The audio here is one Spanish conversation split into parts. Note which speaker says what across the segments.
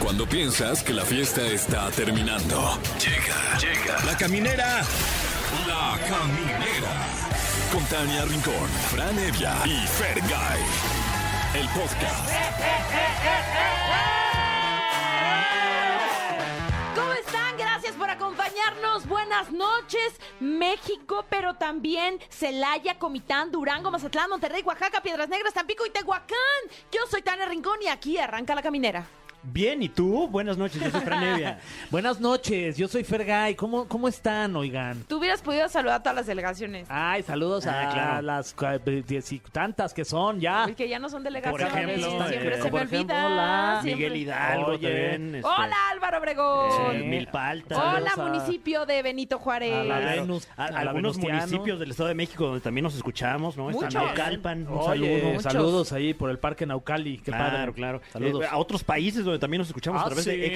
Speaker 1: Cuando piensas que la fiesta está terminando. Llega, llega. La caminera. La caminera. Con Tania Rincón, Fran Evia y Fer El podcast.
Speaker 2: ¿Cómo están? Gracias por acompañarnos. Buenas noches, México, pero también Celaya, Comitán, Durango, Mazatlán, Monterrey, Oaxaca, Piedras Negras, Tampico y Tehuacán. Yo soy Tania Rincón y aquí arranca la caminera.
Speaker 3: Bien, ¿y tú? Buenas noches, yo soy Fran Evia.
Speaker 4: Buenas noches, yo soy Fergay. ¿Cómo, ¿Cómo están, oigan?
Speaker 2: Tú hubieras podido saludar a todas las delegaciones.
Speaker 4: Ay, saludos
Speaker 3: Ah,
Speaker 4: a
Speaker 3: claro.
Speaker 4: las cua- diez y tantas que son ya.
Speaker 2: Porque ya no son delegaciones.
Speaker 3: Por ejemplo,
Speaker 2: y siempre
Speaker 3: eh,
Speaker 2: se
Speaker 4: por
Speaker 2: me
Speaker 4: ejemplo,
Speaker 2: olvida,
Speaker 4: hola,
Speaker 2: siempre.
Speaker 3: Miguel Hidalgo
Speaker 4: Oye.
Speaker 3: también. este,
Speaker 2: Hola, Álvaro Obregón.
Speaker 3: eh, Milpalta.
Speaker 2: Hola,
Speaker 4: Saludos a-
Speaker 2: municipio de Benito
Speaker 4: a la
Speaker 2: Juárez.
Speaker 4: Venus,
Speaker 3: A-
Speaker 4: a la
Speaker 3: algunos
Speaker 4: Venustiano.
Speaker 3: municipios del Estado de México donde también nos escuchamos, ¿no? Está
Speaker 2: Muchos.
Speaker 3: Naucalpan, un
Speaker 4: Oye,
Speaker 3: saludo.
Speaker 2: Muchos.
Speaker 4: saludos ahí por el Parque Naucali. Qué
Speaker 3: claro,
Speaker 4: padre.
Speaker 3: claro.
Speaker 4: Saludos.
Speaker 3: Eh, a otros países donde también nos escuchamos a
Speaker 4: Ah,
Speaker 3: través
Speaker 4: ¿sí?
Speaker 3: de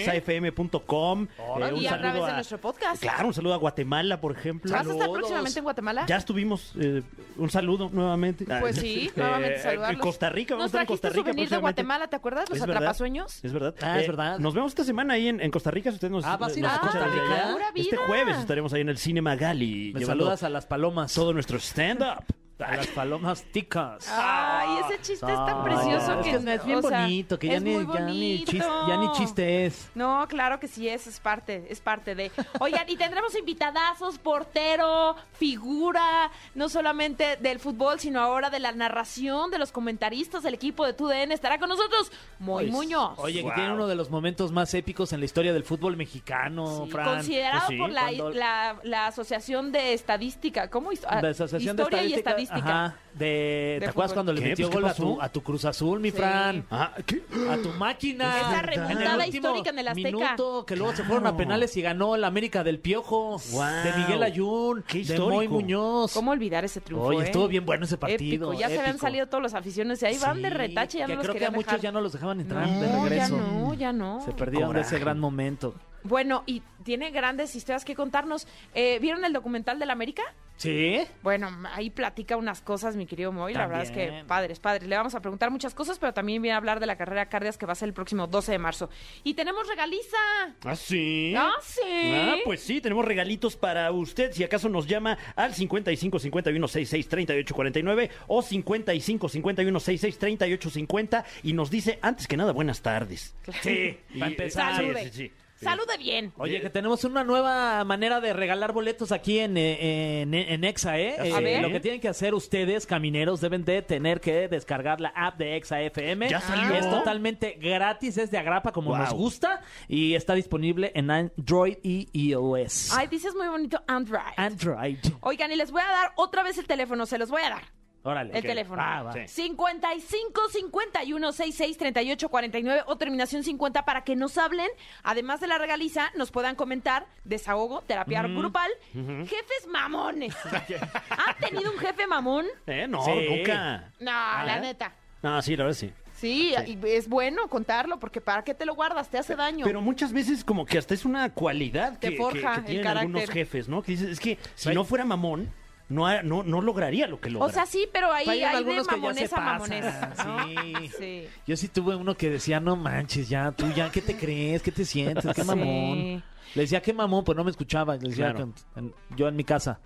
Speaker 3: exafm.com.
Speaker 4: Órale.
Speaker 3: Eh, un
Speaker 2: Y a
Speaker 3: saludo
Speaker 2: través de nuestro podcast.
Speaker 3: Claro, un saludo a Guatemala, por ejemplo.
Speaker 2: ¿Vas a estar
Speaker 4: Saludos.
Speaker 2: próximamente en Guatemala?
Speaker 3: Ya estuvimos. eh, un saludo nuevamente.
Speaker 2: Pues sí,
Speaker 3: Eh,
Speaker 2: nuevamente saludarlos.
Speaker 3: En Costa Rica, vamos a
Speaker 2: Nos
Speaker 3: estar en Costa
Speaker 2: trajiste
Speaker 3: Rica.
Speaker 2: souvenir de
Speaker 3: próximamente.
Speaker 2: Guatemala, ¿te acuerdas? Los
Speaker 3: Es verdad.
Speaker 2: atrapazueños.
Speaker 3: Es verdad. Eh,
Speaker 4: Ah, es verdad.
Speaker 3: Nos vemos esta semana ahí en, en Costa Rica. Si ustedes nos,
Speaker 4: Ah, ¿vas a ir
Speaker 3: nos
Speaker 4: a
Speaker 3: escuchan
Speaker 4: Costa
Speaker 3: desde allá.
Speaker 2: Rica?
Speaker 3: Este
Speaker 2: Pura vida.
Speaker 3: jueves estaremos ahí en el Cinema Gali.
Speaker 4: Me
Speaker 3: llevando
Speaker 4: saludas a las palomas.
Speaker 3: todo nuestro stand-up.
Speaker 4: A las palomas ticas.
Speaker 2: Ay, ese chiste Ah, es tan
Speaker 4: No,
Speaker 2: precioso
Speaker 4: es
Speaker 2: que,
Speaker 4: es, bien
Speaker 2: o sea,
Speaker 4: bonito, que ya,
Speaker 2: es
Speaker 4: ni,
Speaker 2: muy
Speaker 4: ya, ni chis-
Speaker 2: bonito.
Speaker 4: ya ni chiste es.
Speaker 2: No, claro que sí es, es parte, es parte de. Oigan, y tendremos invitadazos, portero, figura, no solamente del fútbol, sino ahora de la narración, de los comentaristas del equipo de TUDN. Estará con nosotros Moy
Speaker 4: Oye,
Speaker 2: Muñoz.
Speaker 4: Pues, Oye,
Speaker 3: Wow.
Speaker 4: que tiene uno de los momentos más épicos en la historia del fútbol mexicano,
Speaker 2: Sí,
Speaker 4: Fran.
Speaker 2: considerado
Speaker 3: pues sí,
Speaker 2: por la,
Speaker 4: cuando-
Speaker 2: la- la Asociación de Estadística. ¿Cómo? histo- ah,
Speaker 4: La Asociación de
Speaker 2: Historia
Speaker 4: Estadística.
Speaker 2: y Estadística.
Speaker 4: Ajá, de, ¿Te acuerdas
Speaker 2: fútbol.
Speaker 4: cuando le
Speaker 3: ¿Qué?
Speaker 4: metió
Speaker 3: Pues, ¿qué
Speaker 4: gol a tu,
Speaker 3: pasó?
Speaker 4: a tu Cruz Azul, mi
Speaker 2: Sí.
Speaker 4: Fran?
Speaker 3: Ah, ¿qué?
Speaker 4: A tu máquina.
Speaker 2: Esa
Speaker 4: En el
Speaker 2: remontada
Speaker 4: último
Speaker 2: histórica en el Azteca.
Speaker 4: Minuto, que luego se fueron a
Speaker 3: Claro.
Speaker 4: penales y ganó el América del Piojo.
Speaker 3: Guau.
Speaker 4: De Miguel Ayun.
Speaker 3: Qué
Speaker 4: de Moy
Speaker 3: histórico.
Speaker 4: Muñoz.
Speaker 2: ¿Cómo olvidar ese triunfo?
Speaker 4: Oye,
Speaker 2: eh?
Speaker 4: estuvo bien bueno ese partido.
Speaker 2: Épico. Ya se habían
Speaker 4: épico.
Speaker 2: salido todos los aficiones y ahí van de
Speaker 4: Sí,
Speaker 2: retache, ya
Speaker 4: que
Speaker 2: no los
Speaker 4: creo que a
Speaker 2: querían
Speaker 4: muchos
Speaker 2: dejar.
Speaker 4: ya no los dejaban entrar
Speaker 2: No,
Speaker 4: de regreso.
Speaker 2: Ya no, ya no.
Speaker 4: Se perdieron de
Speaker 3: Coraje.
Speaker 4: ese gran momento.
Speaker 2: Bueno, y tiene grandes historias que contarnos. Eh, ¿Vieron el documental del América?
Speaker 4: ¿Sí?
Speaker 2: Bueno, ahí platica unas cosas, mi querido Moy. La verdad es que
Speaker 4: También.
Speaker 2: padres, padres. Le vamos a preguntar muchas cosas, pero también viene a hablar de la carrera Cardias que va a ser el próximo 12 de marzo. Y tenemos regaliza.
Speaker 3: ¿Ah, sí?
Speaker 2: Ah, sí.
Speaker 3: Ah, pues sí, tenemos regalitos para usted. Si acaso nos llama al 55 51 66 38 49 o 55 51 66 38 50 y nos dice, antes que nada, buenas tardes.
Speaker 4: Sí, para
Speaker 3: Y-
Speaker 4: empezar.
Speaker 3: sí,
Speaker 2: Salude.
Speaker 3: sí, sí.
Speaker 2: Salude bien.
Speaker 4: Oye, que tenemos una nueva manera de regalar boletos aquí en, eh, en, en Exa, ¿eh?
Speaker 3: A
Speaker 4: Eh,
Speaker 2: ver.
Speaker 4: Lo que tienen que hacer ustedes, camineros, deben de tener que descargar la app de Exa FM.
Speaker 3: ¿Ya salió?
Speaker 4: Es totalmente gratis, es de agrapa como
Speaker 3: Wow.
Speaker 4: nos gusta y está disponible en Android y iOS.
Speaker 2: Ay, dices muy bonito Android.
Speaker 4: Android.
Speaker 2: Oigan, y les voy a dar otra vez el teléfono, se los voy a dar.
Speaker 4: Órale.
Speaker 2: El teléfono.
Speaker 4: Ah, va.
Speaker 3: Sí.
Speaker 2: 55 51 66 38 49 o terminación 50 para que nos hablen, además de la regaliza, nos puedan comentar desahogo, terapia grupal, jefes mamones. ¿Han tenido un jefe mamón?
Speaker 3: Eh, no,
Speaker 4: Sí.
Speaker 3: nunca.
Speaker 2: No,
Speaker 3: Ah,
Speaker 2: la
Speaker 3: ¿eh?
Speaker 2: neta.
Speaker 3: Ah, sí, la verdad sí.
Speaker 2: Sí, y es bueno contarlo porque ¿para qué te lo guardas? Te hace daño.
Speaker 3: Pero muchas veces como que hasta es una cualidad
Speaker 2: Te
Speaker 3: que,
Speaker 2: forja
Speaker 3: que- que
Speaker 2: el
Speaker 3: tienen
Speaker 2: carácter.
Speaker 3: algunos jefes, ¿no? Que dices, es que si
Speaker 4: Sí.
Speaker 3: no fuera mamón, no, ha- no, no lograría lo que logra.
Speaker 2: o sea, sí, pero ahí
Speaker 4: Hay
Speaker 2: hay, de
Speaker 4: algunos que ya se
Speaker 2: mamones a mamones.
Speaker 4: pasan,
Speaker 2: ¿no?
Speaker 4: sí.
Speaker 2: sí.
Speaker 4: Yo sí tuve uno que decía, no manches, ya, tú ya, ¿qué te crees? ¿Qué te sientes? ¿Qué
Speaker 2: Sí.
Speaker 4: mamón? Le decía, ¿qué mamón? Pues no me escuchaba. Le decía,
Speaker 3: Claro.
Speaker 4: "En- yo en mi casa.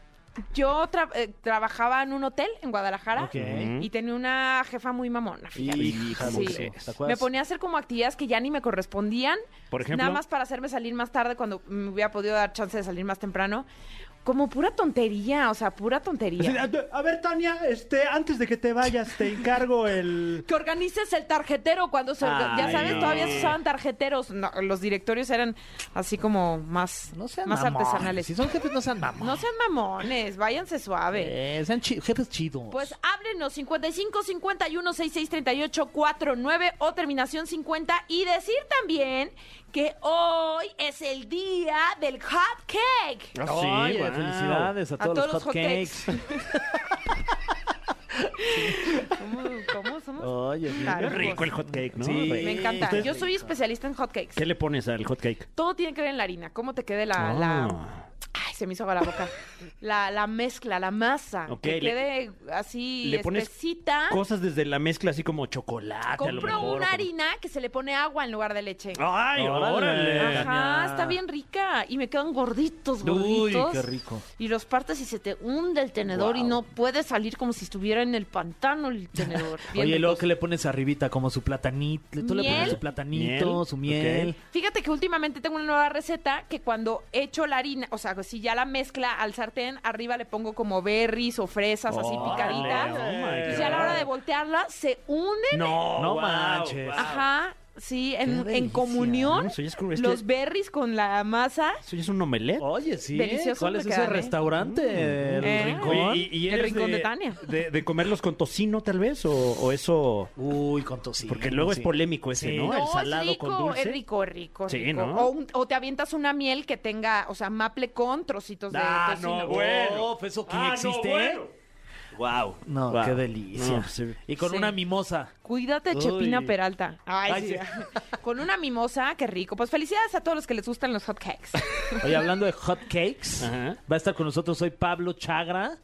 Speaker 2: Yo tra- eh, trabajaba en un hotel en Guadalajara
Speaker 4: Ok.
Speaker 3: Mm.
Speaker 2: y tenía una jefa muy mamona. fíjate.
Speaker 3: Hija,
Speaker 2: Sí.
Speaker 3: ¿cómo crees?
Speaker 4: ¿Te
Speaker 2: Me
Speaker 4: acuerdas?
Speaker 2: ponía a hacer como actividades que ya ni me correspondían.
Speaker 3: pues Por ejemplo.
Speaker 2: Nada más para hacerme salir más tarde cuando me hubiera podido dar chance de salir más temprano. Como pura tontería, o sea, pura
Speaker 5: Así de,
Speaker 2: tontería.
Speaker 5: A ver, Tania, este, antes de que te vayas, te encargo el.
Speaker 2: Que organices el tarjetero cuando se... orga- ya
Speaker 3: Ay,
Speaker 2: sabes,
Speaker 3: no.
Speaker 2: todavía se usaban tarjeteros. No, los directorios eran así como más,
Speaker 4: No sean
Speaker 2: más
Speaker 4: mamones.
Speaker 2: artesanales.
Speaker 4: Si son jefes, no sean mamones.
Speaker 2: No sean mamones, váyanse suave.
Speaker 4: Eh, sean chi- jefes chidos.
Speaker 2: Pues háblenos 55 51 66 38 49 o terminación 50 y decir también que hoy es el día del hot cake.
Speaker 3: Ah, sí,
Speaker 4: Oye,
Speaker 3: guau.
Speaker 4: felicidades a
Speaker 2: A
Speaker 4: todos,
Speaker 2: todos los
Speaker 4: los hotcakes.
Speaker 2: ¿Cómo, cómo somos?
Speaker 4: Oye, sí.
Speaker 2: Claro.
Speaker 3: Rico el hot cake, ¿no?
Speaker 4: Sí.
Speaker 2: Me encanta.
Speaker 3: ¿Ustedes-
Speaker 2: Yo soy especialista en hot cakes.
Speaker 3: ¿Qué le pones al hot cake?
Speaker 2: Todo tiene que ver en la harina. ¿Cómo te quede la... la-
Speaker 3: Ah.
Speaker 2: Ay, se me hizo agua la boca. La, la mezcla, la masa.
Speaker 3: Ok, le-
Speaker 2: que quede así
Speaker 3: Le pones
Speaker 2: espesita.
Speaker 3: cosas desde la mezcla, así como chocolate, a lo Ah,
Speaker 2: Compro
Speaker 3: mejor,
Speaker 2: una
Speaker 3: como-
Speaker 2: harina que se le pone agua en lugar de leche.
Speaker 3: ¡Ay,
Speaker 4: Órale.
Speaker 3: órale!
Speaker 2: Ajá, está bien rica. Y me quedan gorditos,
Speaker 4: Uy,
Speaker 2: gorditos.
Speaker 4: qué rico.
Speaker 2: Y los partes y se te hunde el tenedor y
Speaker 4: Guau.
Speaker 2: no puede salir como si estuviera en el pantano el tenedor. Bien
Speaker 4: Oye, ¿y luego
Speaker 2: ricos.
Speaker 4: que le pones arribita? Como su platanito. Tú le pones
Speaker 2: ¿Miel?
Speaker 4: su platanito,
Speaker 3: ¿Miel?
Speaker 4: su miel.
Speaker 3: Ok.
Speaker 2: Fíjate que últimamente tengo una nueva receta que cuando echo la harina, o sea, si ya la mezcla al sartén, arriba le pongo como berries o fresas así picaditas.
Speaker 3: Órale, oh my
Speaker 2: Y ya a la hora
Speaker 3: God.
Speaker 2: de voltearla se unen.
Speaker 3: No,
Speaker 4: No
Speaker 3: wow,
Speaker 4: manches.
Speaker 3: wow.
Speaker 2: Ajá, sí, en,
Speaker 4: delicia.
Speaker 2: en comunión.
Speaker 3: No, eso ya es como- es
Speaker 2: los
Speaker 3: que-
Speaker 2: berries con la masa.
Speaker 3: ¿Eso ya es un omelette?
Speaker 4: Oye, sí.
Speaker 2: Delicioso
Speaker 4: ¿Cuál
Speaker 2: me
Speaker 4: es ese
Speaker 2: quedan, ¿eh?
Speaker 4: restaurante? ¿El
Speaker 2: Eh.
Speaker 4: rincón?
Speaker 3: Oye, y, y
Speaker 2: El
Speaker 3: eres
Speaker 2: rincón de Tania.
Speaker 3: De, de comerlos con tocino, tal vez, o, o eso...
Speaker 4: Uy, con tocino.
Speaker 3: Porque luego es
Speaker 4: sí.
Speaker 3: polémico ese,
Speaker 4: Sí.
Speaker 3: ¿no?
Speaker 2: No,
Speaker 3: El salado
Speaker 2: es rico,
Speaker 3: con dulce.
Speaker 2: es rico, rico,
Speaker 3: Sí,
Speaker 2: rico.
Speaker 3: ¿no?
Speaker 2: O, un- o te avientas una miel que tenga, o sea, maple con trocitos de
Speaker 3: Ah,
Speaker 2: tocino.
Speaker 3: no, bueno.
Speaker 4: Oh, pues, ¿eso que
Speaker 3: Ah, no,
Speaker 4: existe?
Speaker 3: bueno. Wow.
Speaker 4: No,
Speaker 3: Wow.
Speaker 4: qué delicia.
Speaker 3: No, pues, sí.
Speaker 4: Y con
Speaker 2: Sí.
Speaker 4: una mimosa.
Speaker 2: Cuídate, Chepina
Speaker 4: Uy.
Speaker 2: Peralta. Ay,
Speaker 4: Ay,
Speaker 2: sí.
Speaker 4: sí.
Speaker 2: Con una mimosa, qué rico. Pues felicidades a todos los que les gustan los hotcakes.
Speaker 4: Oye, hablando de hot cakes,
Speaker 3: Ajá.
Speaker 4: va a estar con nosotros hoy Pablo Chagra.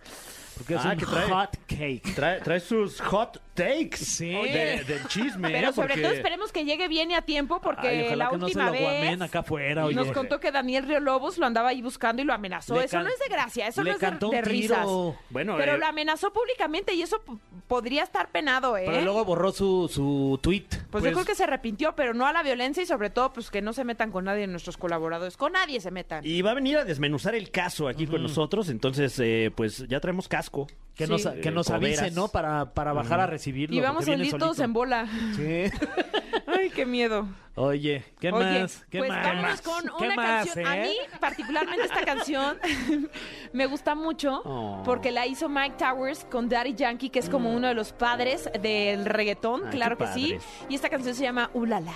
Speaker 4: Porque es
Speaker 3: Ah,
Speaker 4: un
Speaker 3: que trae-
Speaker 4: hot cake.
Speaker 3: Trae, trae sus hot takes
Speaker 4: Sí.
Speaker 3: de- del chisme,
Speaker 2: Pero
Speaker 3: ¿eh?
Speaker 2: sobre
Speaker 3: Porque-
Speaker 2: todo esperemos que llegue bien y a tiempo porque
Speaker 4: Ay, ojalá
Speaker 2: la
Speaker 4: que no se
Speaker 2: última
Speaker 4: lo
Speaker 2: vez
Speaker 4: guamen acá afuera, oye.
Speaker 2: nos contó que Daniel Río Lobos lo andaba ahí buscando y lo amenazó.
Speaker 4: Le
Speaker 2: eso
Speaker 4: can-
Speaker 2: no es de gracia, eso
Speaker 4: le
Speaker 2: no es de,
Speaker 4: cantó un
Speaker 2: de risas.
Speaker 4: tiro.
Speaker 3: Bueno,
Speaker 2: Pero
Speaker 3: eh,
Speaker 2: lo amenazó públicamente y eso p- podría estar penado, ¿eh?
Speaker 4: Pero luego borró su, su tweet.
Speaker 2: Pues, yo creo que se arrepintió, pero no a la violencia y sobre todo, pues que no se metan con nadie de nuestros colaboradores. Con nadie se metan.
Speaker 3: Y va a venir a desmenuzar el caso aquí con nosotros, entonces eh, pues ya traemos casco.
Speaker 4: que nos,
Speaker 2: Sí.
Speaker 4: que nos
Speaker 3: Eh,
Speaker 4: avise,
Speaker 3: poderas.
Speaker 4: ¿no? Para, para bajar a recibirlo.
Speaker 2: Y vamos a
Speaker 4: porque viene
Speaker 2: salir todos
Speaker 4: solito.
Speaker 2: en bola.
Speaker 4: Sí.
Speaker 2: Ay, qué miedo.
Speaker 4: Oye, ¿qué
Speaker 2: Oye,
Speaker 4: más? ¿Qué
Speaker 2: pues
Speaker 4: más?
Speaker 2: vámonos con
Speaker 4: ¿Qué
Speaker 2: una
Speaker 4: más,
Speaker 2: canción.
Speaker 4: eh?
Speaker 2: A mí, particularmente esta canción, me gusta mucho
Speaker 3: Oh.
Speaker 2: porque la hizo Mike Towers con Daddy Yankee, que es
Speaker 4: Mm.
Speaker 2: como uno de los padres del reggaetón,
Speaker 3: Ah,
Speaker 2: claro
Speaker 3: qué
Speaker 2: que sí.
Speaker 3: padre.
Speaker 2: Y esta canción se llama Ulala.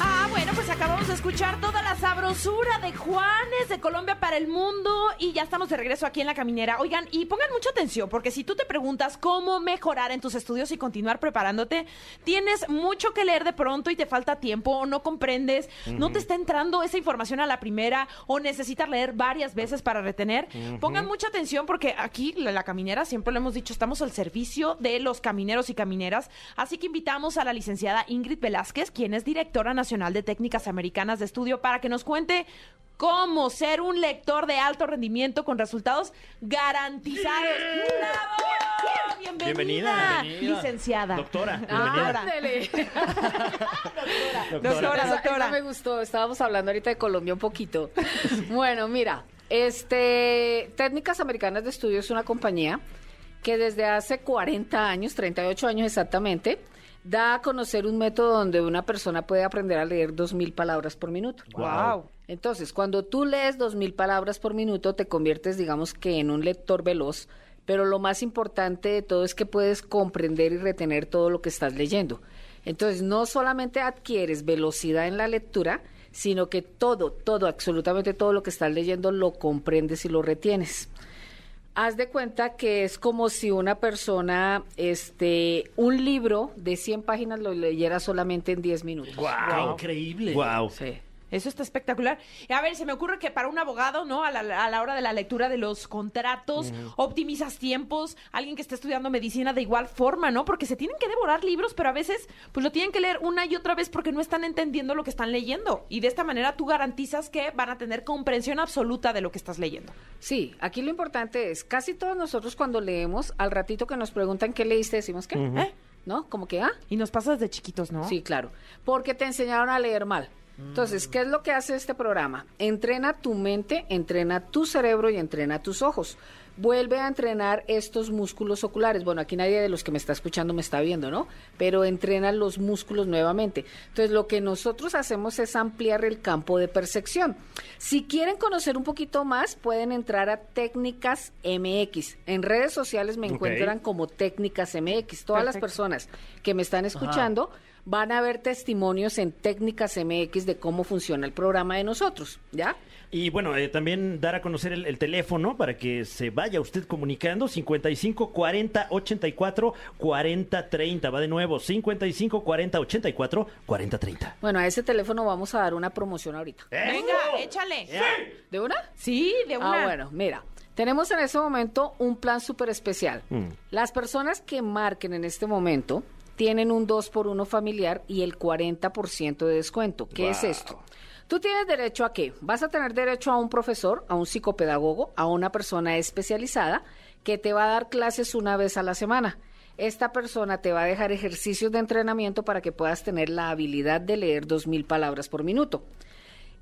Speaker 2: Ah, bueno, pues acabamos de escuchar toda la sabrosura de Juanes de Colombia para el mundo y ya estamos de regreso aquí en la caminera. Oigan, y pongan mucha atención porque si tú te preguntas cómo mejorar en tus estudios y continuar preparándote, tienes mucho que leer de pronto y te falta tiempo o no comprendes, no te está entrando esa información a la primera o necesitas leer varias veces para retener. Pongan mucha atención porque aquí la, la caminera, siempre lo hemos dicho, estamos al servicio de los camineros y camineras. Así que invitamos a la licenciada Ingrid Velázquez, quien es directora nacional de técnicas americanas de estudio, para que nos cuente cómo ser un lector de alto rendimiento con resultados garantizados. ¡Bravo! Bienvenida,
Speaker 3: Bienvenida.
Speaker 2: licenciada.
Speaker 3: Doctora, bienvenida.
Speaker 2: Doctora,
Speaker 6: Ándale.
Speaker 2: doctora,
Speaker 6: Esa- esa
Speaker 2: doctora.
Speaker 6: me gustó. Estábamos hablando ahorita de Colombia un poquito. Bueno, mira, este Técnicas Americanas de Estudio es una compañía que desde hace 40 años, 38 años exactamente, da a conocer un método donde una persona puede aprender a leer 2.000 palabras por minuto.
Speaker 2: Wow.
Speaker 6: Entonces, cuando tú lees dos mil palabras por minuto, te conviertes, digamos que, en un lector veloz. Pero lo más importante de todo es que puedes comprender y retener todo lo que estás leyendo. Entonces, no solamente adquieres velocidad en la lectura, sino que todo, todo, absolutamente todo lo que estás leyendo lo comprendes y lo retienes. Haz de cuenta que es como si una persona, este, un libro de 100 páginas lo leyera solamente en 10 minutos.
Speaker 3: Wow.
Speaker 4: Increíble.
Speaker 3: Wow.
Speaker 6: Sí.
Speaker 2: Eso está espectacular. A ver, se me ocurre que para un abogado, ¿no? A la, a la hora de la lectura de los contratos, optimizas tiempos. Alguien que está estudiando medicina de igual forma, ¿no? Porque se tienen que devorar libros, pero a veces pues lo tienen que leer una y otra vez porque no están entendiendo lo que están leyendo. Y de esta manera tú garantizas que van a tener comprensión absoluta de lo que estás leyendo.
Speaker 6: Sí, aquí lo importante es, casi todos nosotros cuando leemos, al ratito que nos preguntan qué leíste, decimos qué,
Speaker 2: ¿Eh?
Speaker 6: ¿no? Como que, ah,
Speaker 2: Y nos pasa desde chiquitos, ¿no?
Speaker 6: sí, claro, porque te enseñaron a leer mal. Entonces, ¿qué es lo que hace este programa? Entrena tu mente, entrena tu cerebro y entrena tus ojos. Vuelve a entrenar estos músculos oculares. Bueno, aquí nadie de los que me está escuchando me está viendo, ¿no? Pero entrena los músculos nuevamente. Entonces, lo que nosotros hacemos es ampliar el campo de percepción. Si quieren conocer un poquito más, pueden entrar a Técnicas MX. En redes sociales me
Speaker 3: Ok.
Speaker 6: encuentran como Técnicas MX. Todas las
Speaker 2: Perfecto.
Speaker 6: personas que me están escuchando van a ver testimonios en Técnicas MX de cómo funciona el programa de nosotros, ¿ya?
Speaker 3: Y bueno, eh, también dar a conocer el, el teléfono para que se vaya usted comunicando 55 40 84 40 30. Va de nuevo 55 40 84 40 30.
Speaker 6: Bueno, a ese teléfono vamos a dar una promoción ahorita.
Speaker 2: ¿Eh? Venga, échale.
Speaker 6: ¿De una?
Speaker 2: Sí, de una.
Speaker 6: Ah, bueno, mira. Tenemos en este momento un plan súper especial. Las personas que marquen en este momento tienen un 2 por 1 familiar y el 40% de descuento. ¿Qué es esto? Tú tienes derecho a qué? Vas a tener derecho a un profesor, a un psicopedagogo, a una persona especializada que te va a dar clases una vez a la semana. Esta persona te va a dejar ejercicios de entrenamiento para que puedas tener la habilidad de leer 2.000 palabras por minuto.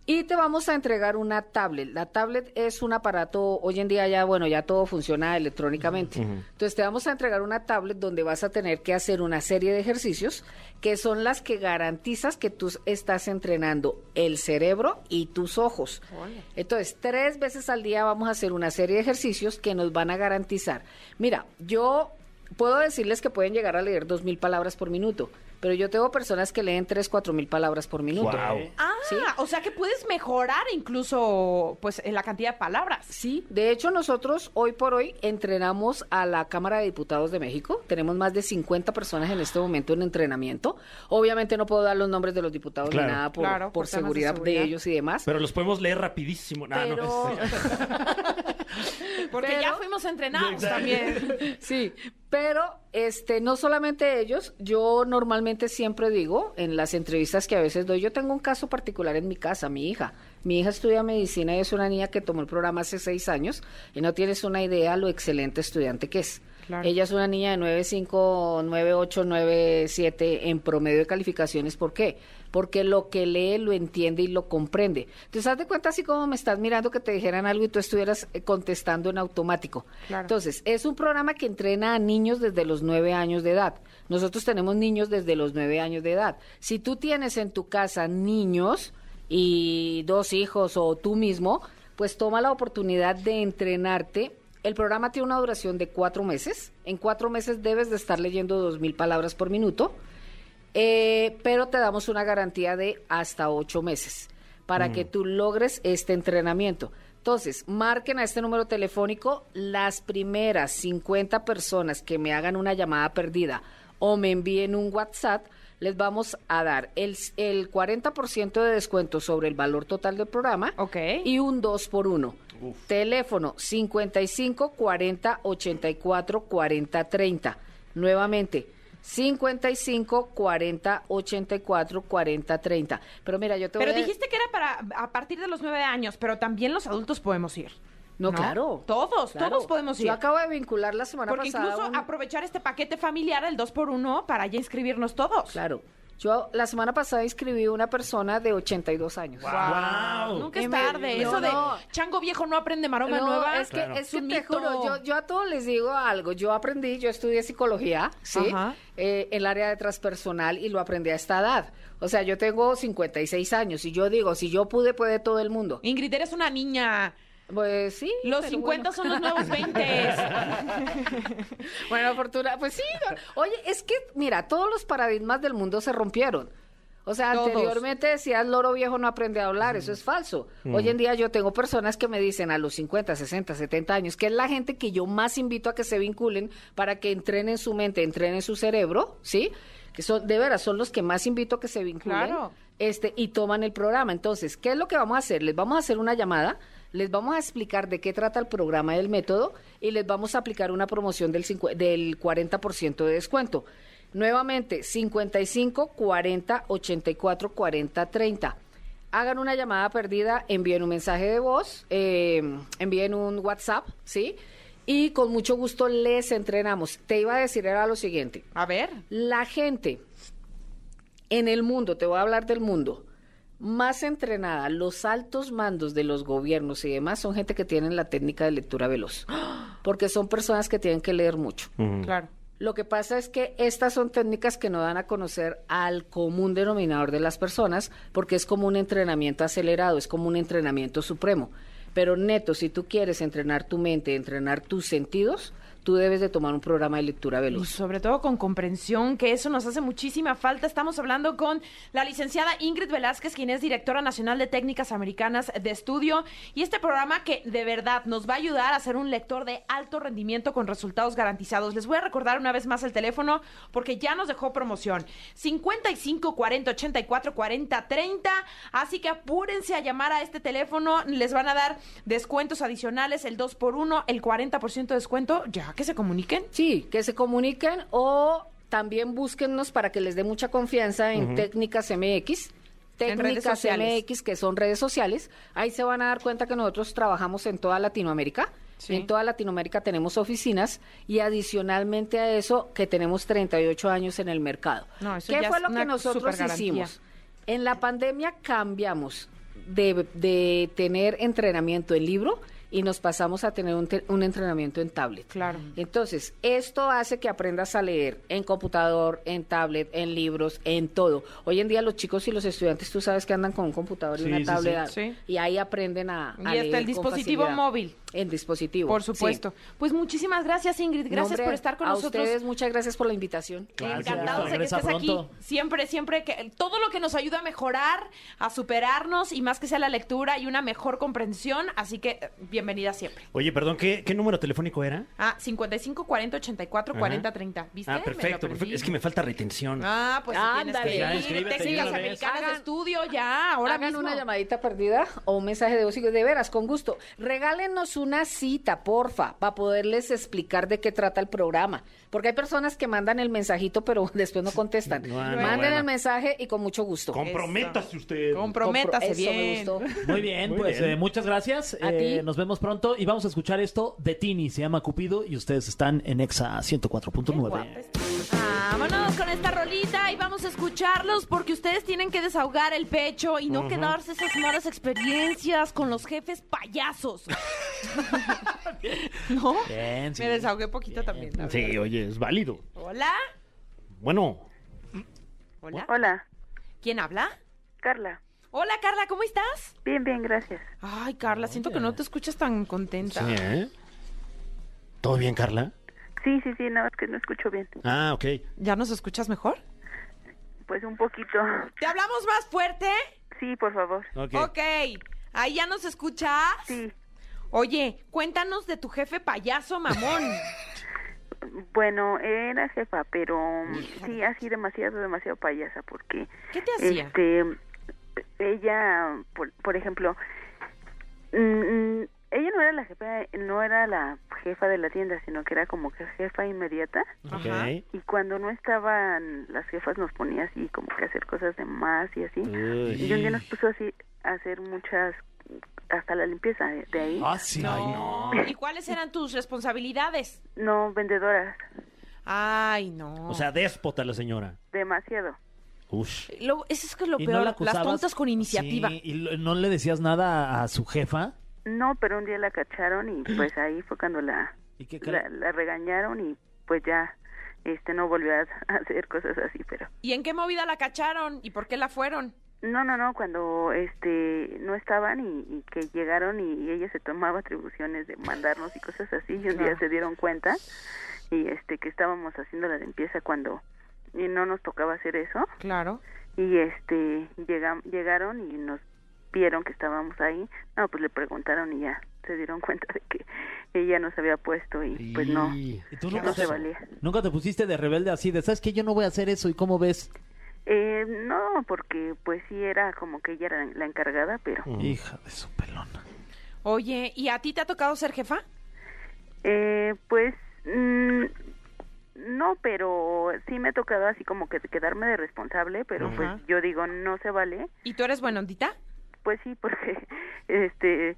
Speaker 6: Y te vamos a entregar una tablet. La tablet es un aparato, hoy en día ya, bueno, ya todo funciona electrónicamente. Entonces te vamos a entregar una tablet donde vas a tener que hacer una serie de ejercicios que son las que garantizas que tú estás entrenando el cerebro y tus ojos. Entonces, tres veces al día vamos a hacer una serie de ejercicios que nos van a garantizar. Mira, yo puedo decirles que pueden llegar a leer dos mil palabras por minuto, pero yo tengo personas que leen tres, cuatro mil palabras por minuto.
Speaker 3: Guau.
Speaker 2: Ah,
Speaker 6: Sí.
Speaker 2: o sea que puedes mejorar incluso pues en la cantidad de palabras.
Speaker 6: Sí, de hecho nosotros hoy por hoy entrenamos a la Cámara de Diputados de México. Tenemos más de 50 personas en este momento en entrenamiento. Obviamente no puedo dar los nombres de los diputados
Speaker 3: Claro.
Speaker 6: ni nada por,
Speaker 2: Claro,
Speaker 6: por
Speaker 2: por temas de
Speaker 6: seguridad, de
Speaker 2: seguridad.
Speaker 6: ellos y demás.
Speaker 3: Pero los podemos leer rapidísimo. Ah, no.
Speaker 6: Pero-
Speaker 2: Porque
Speaker 6: Pero-
Speaker 2: ya fuimos entrenados también.
Speaker 6: Sí, pero este no solamente ellos, yo normalmente siempre digo en las entrevistas que a veces doy, yo tengo un caso particular en mi casa, mi hija. Mi hija estudia medicina y es una niña que tomó el programa hace seis años y no tienes una idea lo excelente estudiante que es.
Speaker 2: Claro.
Speaker 6: Ella es una niña de 9.5, 9.8, 9.7 en promedio de calificaciones. ¿Por qué? Porque lo que lee lo entiende y lo comprende. Entonces, haz de cuenta así como me estás mirando que te dijeran algo y tú estuvieras eh, contestando en automático.
Speaker 2: Claro.
Speaker 6: Entonces, es un programa que entrena a niños desde los nueve años de edad. Nosotros tenemos niños desde los nueve años de edad. Si tú tienes en tu casa niños y dos hijos o tú mismo, pues toma la oportunidad de entrenarte. El programa tiene una duración de cuatro meses. En cuatro meses debes de estar leyendo dos mil palabras por minuto. Eh, pero te damos una garantía de hasta ocho meses para que tú logres este entrenamiento. Entonces, marquen a este número telefónico las primeras 50 personas que me hagan una llamada perdida o me envíen un WhatsApp, les vamos a dar el, el 40% de descuento sobre el valor total del programa
Speaker 2: Ok.
Speaker 6: y un 2 por 1 Teléfono 55 40 84 40 30. Nuevamente 55 40 84 40 30. Pero mira, yo te
Speaker 2: Pero
Speaker 6: voy a-
Speaker 2: dijiste que era para a partir de los nueve años, pero también los adultos podemos ir.
Speaker 6: No, claro.
Speaker 2: Todos,
Speaker 6: Claro.
Speaker 2: todos podemos ir.
Speaker 6: Yo acabo de vincular la semana
Speaker 2: Porque
Speaker 6: pasada.
Speaker 2: incluso
Speaker 6: un-
Speaker 2: aprovechar este paquete familiar, el 2x1, para ya inscribirnos todos.
Speaker 6: Claro. Yo la semana pasada inscribí a una persona de 82 años.
Speaker 3: Guau.
Speaker 2: Nunca es
Speaker 6: Em, eh,
Speaker 2: tarde.
Speaker 6: no,
Speaker 2: Eso de
Speaker 6: no.
Speaker 2: chango viejo no aprende maroma
Speaker 6: No,
Speaker 2: nueva.
Speaker 6: es que,
Speaker 3: Claro.
Speaker 6: es que
Speaker 2: Es un
Speaker 6: te
Speaker 2: mito.
Speaker 6: juro, yo, yo a todos les digo algo. Yo aprendí, yo estudié psicología, ¿sí?
Speaker 2: Ajá.
Speaker 6: Eh, el área de transpersonal y lo aprendí a esta edad. O sea, yo tengo 56 años y yo digo, si yo pude, puede todo el mundo.
Speaker 2: Ingrid, eres una niña.
Speaker 6: Pues sí.
Speaker 2: Los
Speaker 6: pero
Speaker 2: 50
Speaker 6: bueno.
Speaker 2: son los nuevos 20.
Speaker 6: Bueno, fortuna, pues sí. no. Oye, es que, mira, todos los paradigmas del mundo se rompieron. O sea,
Speaker 2: Todos.
Speaker 6: anteriormente decías, loro viejo no aprende a hablar, eso es falso. Hoy en día yo tengo personas que me dicen a los 50, 60, 70 años, que es la gente que yo más invito a que se vinculen para que entrenen su mente, entrenen su cerebro, ¿sí? Que son, de veras, son los que más invito a que se vinculen
Speaker 2: Claro.
Speaker 6: este, y toman el programa. Entonces, ¿qué es lo que vamos a hacer? Les vamos a hacer una llamada, les vamos a explicar de qué trata el programa y el método y les vamos a aplicar una promoción del, cincu- del 40% de descuento. Nuevamente, 55 40 84 40 30. Hagan una llamada perdida, envíen un mensaje de voz, eh, envíen un WhatsApp, ¿sí? Y con mucho gusto les entrenamos. Te iba a decir era lo siguiente.
Speaker 2: A ver.
Speaker 6: La gente en el mundo, te voy a hablar del mundo, más entrenada, los altos mandos de los gobiernos y demás son gente que tienen la técnica de lectura veloz, porque son personas que tienen que leer mucho.
Speaker 3: Mm.
Speaker 2: Claro.
Speaker 6: Lo que pasa es que estas son técnicas que no dan a conocer al común denominador de las personas, porque es como un entrenamiento acelerado, es como un entrenamiento supremo. Pero neto, si tú quieres entrenar tu mente, entrenar tus sentidos, tú debes de tomar un programa de lectura
Speaker 2: Y
Speaker 6: veloz.
Speaker 2: sobre todo con comprensión, que eso nos hace muchísima falta. Estamos hablando con la licenciada Ingrid Velázquez, quien es directora nacional de técnicas americanas de estudio. Y este programa que de verdad nos va a ayudar a ser un lector de alto rendimiento con resultados garantizados. Les voy a recordar una vez más el teléfono porque ya nos dejó promoción. 55 40 84 40 30. Así que apúrense a llamar a este teléfono. Les van a dar descuentos adicionales, el 2x1, el 40% de descuento. Ya que se comuniquen.
Speaker 6: Sí, que se comuniquen o también búsquennos para que les dé mucha confianza en Técnicas MX.
Speaker 2: En redes
Speaker 6: Técnicas
Speaker 2: sociales.
Speaker 6: MX, que son redes sociales. Ahí se van a dar cuenta que nosotros trabajamos en toda Latinoamérica.
Speaker 2: Sí.
Speaker 6: En toda Latinoamérica tenemos oficinas y adicionalmente a eso que tenemos 38 años en el mercado.
Speaker 2: No, eso
Speaker 6: ¿Qué
Speaker 2: ya
Speaker 6: fue
Speaker 2: es
Speaker 6: lo
Speaker 2: una
Speaker 6: que nosotros
Speaker 2: supergarantía.
Speaker 6: hicimos? En la pandemia cambiamos de, de tener entrenamiento en libro y nos pasamos a tener un, te- un entrenamiento en tablet.
Speaker 2: Claro.
Speaker 6: Entonces, esto hace que aprendas a leer en computador, en tablet, en libros, en todo. Hoy en día los chicos y los estudiantes, tú sabes que andan con un computador y
Speaker 3: Sí,
Speaker 6: una
Speaker 3: sí,
Speaker 6: tablet
Speaker 2: sí. Sí.
Speaker 6: y ahí aprenden a, a
Speaker 2: Y hasta el
Speaker 6: leer con
Speaker 2: dispositivo
Speaker 6: facilidad.
Speaker 2: móvil.
Speaker 6: El dispositivo.
Speaker 2: Por
Speaker 6: sí.
Speaker 2: supuesto. Pues muchísimas gracias, Ingrid.
Speaker 6: No,
Speaker 2: Gracias
Speaker 6: hombre,
Speaker 2: por estar con
Speaker 6: a
Speaker 2: nosotros.
Speaker 6: ustedes muchas gracias por la invitación.
Speaker 4: Claro, sí,
Speaker 2: Encantados de que
Speaker 4: regresa
Speaker 2: estés aquí.
Speaker 4: pronto.
Speaker 2: Siempre, siempre que todo lo que nos ayuda a mejorar, a superarnos y más que sea la lectura y una mejor comprensión. Así que eh, bienvenida siempre.
Speaker 3: Oye, perdón, ¿qué, qué número telefónico era?
Speaker 2: Ah, 55 40 84 40
Speaker 3: Ajá.
Speaker 2: 30. ¿Viste? Me
Speaker 3: Ah,
Speaker 2: lo
Speaker 3: perfecto,
Speaker 2: aprendí.
Speaker 3: perfecto. Es que me falta retención.
Speaker 2: Ah, pues
Speaker 6: Ándale.
Speaker 2: ándale.
Speaker 6: Ya,
Speaker 4: inscríbete
Speaker 2: técnicas
Speaker 4: de una vez.
Speaker 2: americanas de
Speaker 6: Hagan-
Speaker 2: estudio ya, ahora
Speaker 6: Hagan
Speaker 2: mismo.
Speaker 6: una llamadita perdida o un mensaje de voz y de veras, con gusto. Regálenos una cita, porfa, para poderles explicar de qué trata el programa. Porque hay personas que mandan el mensajito, pero después no contestan.
Speaker 3: Bueno,
Speaker 6: Manden
Speaker 3: bueno.
Speaker 6: el mensaje y con mucho gusto.
Speaker 3: Comprométase usted.
Speaker 2: Comprométase
Speaker 6: Eso me
Speaker 2: bien.
Speaker 6: gustó.
Speaker 4: Muy bien,
Speaker 3: Muy
Speaker 4: pues
Speaker 3: bien.
Speaker 4: eh, muchas gracias.
Speaker 6: A
Speaker 4: Eh,
Speaker 6: ti.
Speaker 4: Nos vemos pronto y vamos a escuchar esto de Tini. Se llama Cupido y ustedes están en Exa 104.9.
Speaker 2: Ah, Vámonos con esta rolita y vamos a escucharlos porque ustedes tienen que desahogar el pecho y no quedarse esas malas experiencias con los jefes payasos. ¿No?
Speaker 4: Bien, sí.
Speaker 2: Me desahogué poquito también. la verdad.
Speaker 3: Sí, oye, es válido.
Speaker 2: Hola.
Speaker 3: Bueno,
Speaker 2: Hola.
Speaker 7: Hola,
Speaker 2: ¿Quién habla?
Speaker 7: Carla.
Speaker 2: Hola, Carla, ¿cómo estás?
Speaker 7: Bien, bien, gracias.
Speaker 2: Ay, Carla, siento que no te escuchas tan
Speaker 3: sí,
Speaker 2: contenta.
Speaker 3: ¿eh? ¿Todo bien, Carla?
Speaker 7: Sí, sí, sí, nada más que no escucho bien.
Speaker 3: Ah, ok.
Speaker 2: ¿Ya nos escuchas mejor?
Speaker 7: Pues un poquito.
Speaker 2: ¿Te hablamos más fuerte?
Speaker 7: Sí, por favor.
Speaker 3: Ok.
Speaker 2: ok. Ahí ya nos escuchas.
Speaker 7: Sí.
Speaker 2: Oye, cuéntanos de tu jefe payaso mamón.
Speaker 7: Bueno, era jefa, pero mm, sí, así demasiado, demasiado payasa, porque
Speaker 2: ¿Qué te hacía?
Speaker 7: este, ella, por, por ejemplo, mm, ella no era la jefa, no era la jefa de la tienda, sino que era como que jefa inmediata.
Speaker 3: Ok.
Speaker 2: Ajá.
Speaker 7: Y cuando no estaban las jefas nos ponía así, como que hacer cosas de más y así.
Speaker 2: Mm.
Speaker 7: Y un día nos puso así a hacer muchas, hasta la limpieza de, de ahí.
Speaker 4: Ah, sí. Ay,
Speaker 2: No. ¿Y cuáles eran tus responsabilidades?
Speaker 7: No, vendedoras,
Speaker 2: Ay, no.
Speaker 3: O sea, déspota la señora.
Speaker 7: demasiado.
Speaker 3: Ush.
Speaker 2: Lo- eso es que es lo
Speaker 4: ¿Y no
Speaker 2: peor,
Speaker 4: la
Speaker 2: las
Speaker 4: acusabas?
Speaker 2: tontas con iniciativa.
Speaker 4: Sí, ¿Y lo- no le decías nada a su jefa?
Speaker 7: No, pero un día la cacharon y pues ahí fue cuando la,
Speaker 4: ¿Y qué
Speaker 7: la, la regañaron y pues ya este no volvió a hacer cosas así, pero...
Speaker 2: ¿Y en qué movida la cacharon? ¿Y por qué la fueron?
Speaker 7: No, no, no, cuando este no estaban y, y que llegaron y, y ella se tomaba atribuciones de mandarnos y cosas así y un día se dieron cuenta y este que estábamos haciendo la limpieza cuando y no nos tocaba hacer eso
Speaker 2: Claro.
Speaker 7: y este llegam- llegaron y nos vieron que estábamos ahí no pues le preguntaron y ya se dieron cuenta de que ella nos había puesto y pues no
Speaker 3: Y-
Speaker 4: ¿Y tú
Speaker 7: que
Speaker 4: nunca,
Speaker 7: no se
Speaker 4: te,
Speaker 7: valía
Speaker 4: nunca te pusiste de rebelde así de, ¿sabes qué? Yo no voy a hacer eso. ¿Y cómo ves?
Speaker 7: eh, no porque pues sí era como que ella era la encargada pero
Speaker 4: Hija de su pelona.
Speaker 2: Oye, ¿y a ti te ha tocado ser jefa?
Speaker 7: Eh, pues mm, no, pero sí me ha tocado así como que quedarme de responsable, pero
Speaker 2: Ajá.
Speaker 7: pues yo digo, no se vale.
Speaker 2: ¿Y tú eres buenondita?
Speaker 7: Pues sí, porque este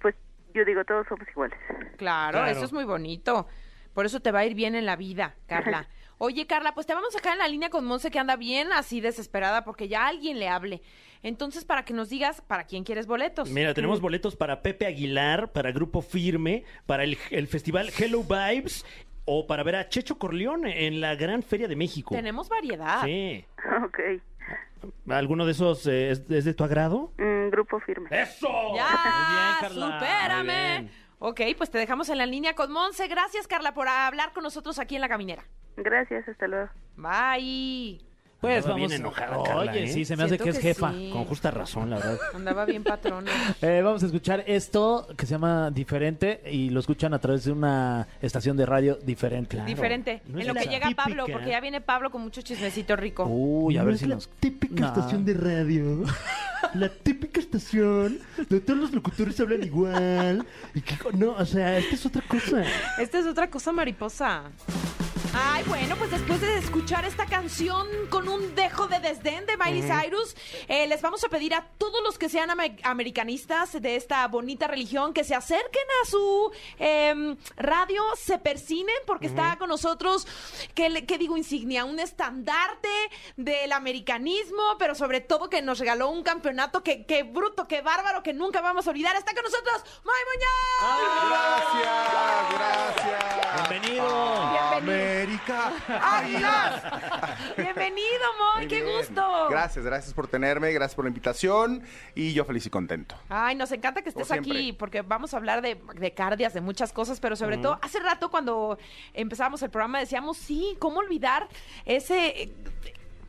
Speaker 7: pues yo digo, todos somos iguales.
Speaker 2: Claro,
Speaker 3: Claro.
Speaker 2: eso es muy bonito. Por eso te va a ir bien en la vida, Carla. Oye, Carla, pues te vamos a dejar en la línea con Monse que anda bien así desesperada porque ya alguien le hable. Entonces, para que nos digas para quién quieres boletos.
Speaker 3: Mira, tenemos boletos para Pepe Aguilar, para Grupo Firme, para el, el festival Hello Vibes o para ver a Checho Corleone en la Gran Feria de México.
Speaker 2: Tenemos ah. variedad.
Speaker 3: Sí.
Speaker 7: ok,
Speaker 3: ¿Alguno de esos eh, es, es de tu agrado?
Speaker 7: Mm, grupo firme.
Speaker 3: ¡Eso!
Speaker 2: Ya,
Speaker 4: Muy bien, Carla.
Speaker 2: supérame.
Speaker 3: Muy bien.
Speaker 2: Ok, pues te dejamos en la línea con Monse. Gracias, Carla, por hablar con nosotros aquí en la caminera.
Speaker 7: Gracias, hasta luego.
Speaker 2: Bye.
Speaker 4: Pues
Speaker 3: Andaba bien
Speaker 4: vamos.
Speaker 3: enojada,
Speaker 4: Oye,
Speaker 3: Carla, ¿eh?
Speaker 4: sí, se me hace
Speaker 2: Siento
Speaker 4: que es
Speaker 2: que
Speaker 4: jefa.
Speaker 2: sí.
Speaker 3: Con justa razón, la verdad.
Speaker 2: Andaba bien patrona.
Speaker 4: Eh, vamos a escuchar esto que se llama Diferente y lo escuchan a través de una estación de radio diferente.
Speaker 2: Diferente.
Speaker 3: No es
Speaker 2: en lo
Speaker 3: la
Speaker 2: que llega Pablo,
Speaker 3: típica.
Speaker 2: porque ya viene Pablo con mucho chismecito rico.
Speaker 4: Uy, a
Speaker 5: No
Speaker 4: ver
Speaker 5: es
Speaker 4: si
Speaker 5: la
Speaker 4: nos.
Speaker 5: típica
Speaker 4: No.
Speaker 5: estación de radio. La típica estación donde todos los locutores hablan igual. Y que, no, o sea, esta es otra cosa.
Speaker 2: Esta es otra cosa mariposa. Ay, bueno, pues después de escuchar esta canción con un dejo de desdén de Miley Cyrus, eh, les vamos a pedir a todos los que sean ame- americanistas de esta bonita religión que se acerquen a su em, radio, se persinen, porque está con nosotros, ¿qué, le- qué digo insignia? Un estandarte del americanismo, pero sobre todo que nos regaló un campeonato que, que bruto, que bárbaro, que nunca vamos a olvidar. Está con nosotros, May Muñoz.
Speaker 8: Gracias, gracias.
Speaker 4: Bienvenido.
Speaker 8: América.
Speaker 2: ¡Águilas! Bienvenido, Moy,
Speaker 8: Muy
Speaker 2: qué
Speaker 8: bien.
Speaker 2: gusto.
Speaker 8: Gracias, gracias por tenerme, gracias por la invitación y yo feliz y contento.
Speaker 2: Ay, nos encanta que
Speaker 8: Como
Speaker 2: estés aquí
Speaker 8: siempre.
Speaker 2: porque vamos a hablar de, de cardias, de muchas cosas, pero sobre todo, hace rato cuando empezábamos el programa decíamos, sí, ¿cómo olvidar ese... eh,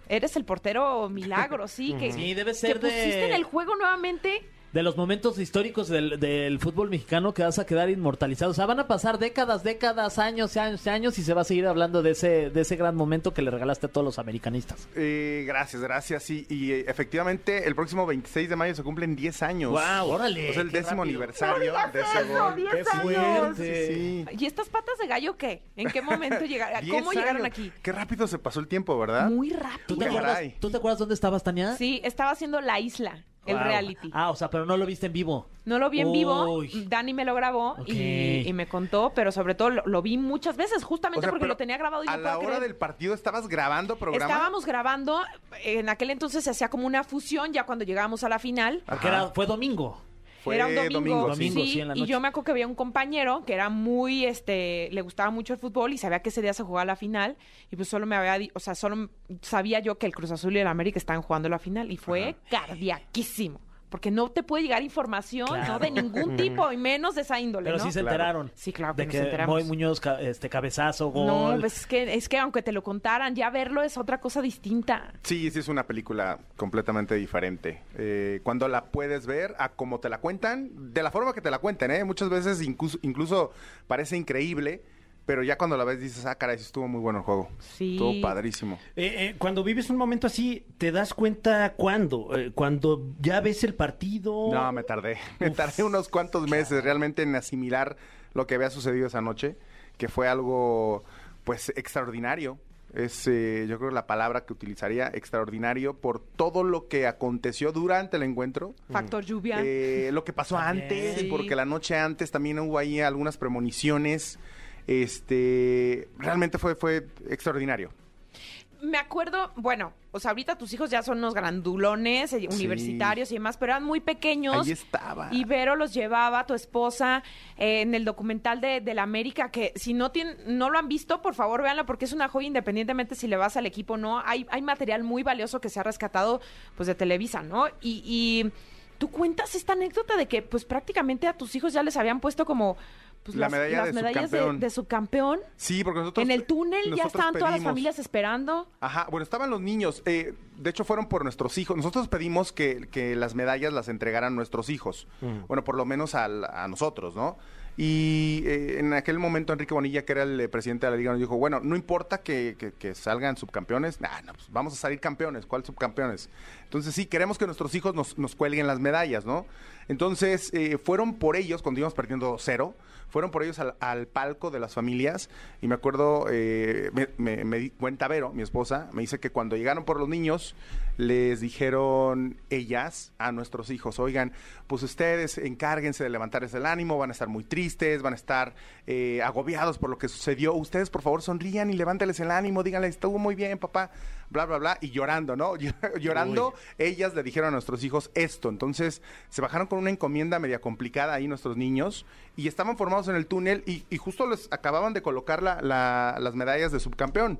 Speaker 2: Eres el portero milagro, sí, que,
Speaker 4: Sí, debe
Speaker 2: que
Speaker 4: ser de-
Speaker 2: pusiste en el juego nuevamente.
Speaker 4: De los momentos históricos del, del fútbol mexicano que vas a quedar inmortalizado. O sea, van a pasar décadas, décadas, años, años, años y se va a seguir hablando de ese, de ese gran momento que le regalaste a todos los americanistas.
Speaker 8: Eh, gracias, gracias. Y, y eh, efectivamente, el próximo 26 de mayo se cumplen 10 años.
Speaker 4: Guau, Pues órale,
Speaker 8: O sea, el
Speaker 4: qué
Speaker 8: décimo
Speaker 4: rápido.
Speaker 8: aniversario de ese gol.
Speaker 5: ¡Qué fuerte!
Speaker 8: Sí, sí.
Speaker 2: ¿Y estas patas de gallo qué? ¿En qué momento llegaron?
Speaker 8: 10
Speaker 2: ¿Cómo llegaron
Speaker 8: años. ¿Ah?
Speaker 2: aquí?
Speaker 8: Qué rápido se pasó el tiempo, ¿verdad?
Speaker 2: Muy
Speaker 4: ¿Tú
Speaker 2: rápido.
Speaker 4: te,
Speaker 8: Caray.
Speaker 4: acuerdas, ¿tú te acuerdas dónde estabas, Tania?
Speaker 2: Sí, estaba haciendo La Isla, el
Speaker 4: Wow.
Speaker 2: reality.
Speaker 4: Ah, o sea, pero no lo viste en vivo.
Speaker 2: No lo vi en vivo,
Speaker 4: Uy.
Speaker 2: Dani me lo grabó
Speaker 4: Ok.
Speaker 2: y, y me contó, pero sobre todo lo, lo vi muchas veces, justamente
Speaker 8: O sea,
Speaker 2: porque
Speaker 8: pero
Speaker 2: lo tenía grabado y
Speaker 8: A
Speaker 2: no
Speaker 8: la
Speaker 2: puedo
Speaker 8: hora
Speaker 2: creer.
Speaker 8: del partido estabas grabando programa.
Speaker 2: Estábamos grabando, en aquel entonces se hacía como una fusión ya cuando llegábamos a la final.
Speaker 8: Ajá.
Speaker 4: Porque era- fue domingo.
Speaker 8: Fue
Speaker 2: era un domingo,
Speaker 8: domingo, sí.
Speaker 4: Domingo, sí, en la
Speaker 2: y
Speaker 4: noche.
Speaker 2: yo me acuerdo que había un compañero que era muy, este, le gustaba mucho el fútbol y sabía que ese día se jugaba la final y pues solo me había, di- o sea, solo sabía yo que el Cruz Azul y el América estaban jugando la final y fue cardiaquísimo, porque no te puede llegar información, ¿no?
Speaker 4: Claro.
Speaker 2: De ningún tipo y menos de esa índole,
Speaker 4: Pero
Speaker 2: ¿no?
Speaker 4: sí se
Speaker 8: Claro.
Speaker 4: enteraron.
Speaker 2: Sí, claro que
Speaker 4: De
Speaker 2: nos
Speaker 4: que
Speaker 2: enteramos.
Speaker 4: Moy Muñoz, ca- este, cabezazo, gol.
Speaker 2: No, pues es que, es que aunque te lo contaran, ya verlo es otra cosa distinta.
Speaker 8: Sí, sí, es una película completamente diferente. Eh, cuando la puedes ver, a como te la cuentan, de la forma que te la cuentan, ¿eh? Muchas veces incluso, incluso parece increíble, pero ya cuando la ves dices, ah, caray, sí estuvo muy bueno el juego.
Speaker 2: Sí.
Speaker 8: Estuvo padrísimo.
Speaker 3: Eh, eh, cuando vives un momento así, ¿te das cuenta cuándo? Eh, cuando ya ves el partido.
Speaker 8: No, me tardé. Me tardé unos cuantos meses realmente en asimilar lo que había sucedido esa noche, que fue algo, pues, extraordinario. Es, eh, yo creo, la palabra que utilizaría, extraordinario, por todo lo que aconteció durante el encuentro.
Speaker 2: Factor lluvia.
Speaker 8: Eh, lo que pasó
Speaker 4: También.
Speaker 8: antes,
Speaker 2: Sí.
Speaker 8: porque la noche antes también hubo ahí algunas premoniciones. Este, realmente fue, fue extraordinario.
Speaker 2: Me acuerdo, bueno, o sea, ahorita tus hijos ya son unos grandulones, eh, universitarios y demás, pero eran muy pequeños.
Speaker 8: Ahí estaba.
Speaker 2: Y Vero los llevaba, tu esposa, eh, en el documental de, de la América, que si no, tienen, no lo han visto, por favor véanlo, porque es una joya independientemente si le vas al equipo o no. Hay, hay material muy valioso que se ha rescatado pues de Televisa, ¿no? Y, y tú cuentas esta anécdota de que pues prácticamente a tus hijos ya les habían puesto como pues,
Speaker 8: La
Speaker 2: las,
Speaker 8: medalla
Speaker 2: las
Speaker 8: de
Speaker 2: medallas
Speaker 8: subcampeón.
Speaker 2: de, de subcampeón.
Speaker 8: Sí, porque nosotros.
Speaker 2: en el túnel ya
Speaker 8: nosotros
Speaker 2: estaban todas las
Speaker 8: pedimos-
Speaker 2: familias esperando.
Speaker 8: Ajá, bueno, estaban los niños. eh, de hecho, fueron por nuestros hijos. Nosotros pedimos que, que las medallas las entregaran nuestros hijos. Bueno, por lo menos al- a nosotros, ¿no? Y eh, en aquel momento Enrique Bonilla, que era el eh, presidente de la liga, nos dijo, bueno, no importa que, que- que salgan subcampeones, nah, no, pues vamos a salir campeones, ¿cuál subcampeones? Entonces sí, queremos que nuestros hijos nos, nos cuelguen las medallas, ¿no? Entonces eh, fueron por ellos, cuando íbamos perdiendo cero, fueron por ellos al, al palco de las familias y me acuerdo, eh, me, me- me di cuenta Vero, mi esposa, me dice que cuando llegaron por los niños, les dijeron ellas a nuestros hijos, oigan, pues ustedes encárguense de levantarles el ánimo, van a estar muy tristes, van a estar eh, agobiados por lo que sucedió, ustedes por favor sonrían y levántales el ánimo, díganle, estuvo muy bien papá, bla, bla, bla, y llorando, ¿no? llorando, ellas le dijeron a nuestros hijos esto, entonces se bajaron con una encomienda media complicada ahí nuestros niños y estaban formados en el túnel y, y justo les acababan de colocar la- la- las medallas de subcampeón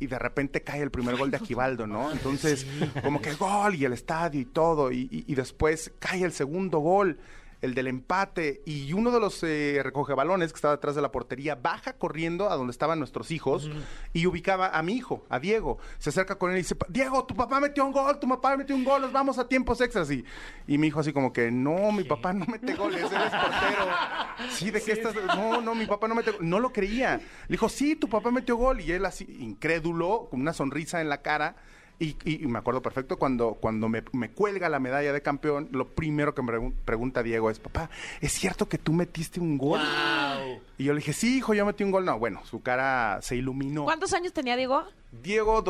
Speaker 8: y de repente cae el primer gol de Aquivaldo, ¿no? Entonces, como que gol y el estadio y todo, y, y- y después cae el segundo gol. el del empate, y uno de los eh, recogebalones que estaba detrás de la portería baja corriendo a donde estaban nuestros hijos y ubicaba a mi hijo, a Diego. Se acerca con él y dice, Diego, tu papá metió un gol, tu papá metió un gol, nos vamos a tiempos extras. Y, y mi hijo así como que, no, mi papá no mete goles, él es portero. Sí, ¿de qué estás? No, no, mi papá no metió No lo creía. Le dijo, sí, tu papá metió gol. Y él así, incrédulo, con una sonrisa en la cara. Y, y- y me acuerdo perfecto cuando, cuando me, me cuelga la medalla de campeón, lo primero que me pregun- pregunta Diego es, papá, ¿es cierto que tú metiste un gol? Y yo le dije, sí, hijo, yo metí un gol. No, bueno, su cara se iluminó.
Speaker 2: ¿Cuántos años tenía Diego?
Speaker 8: Diego,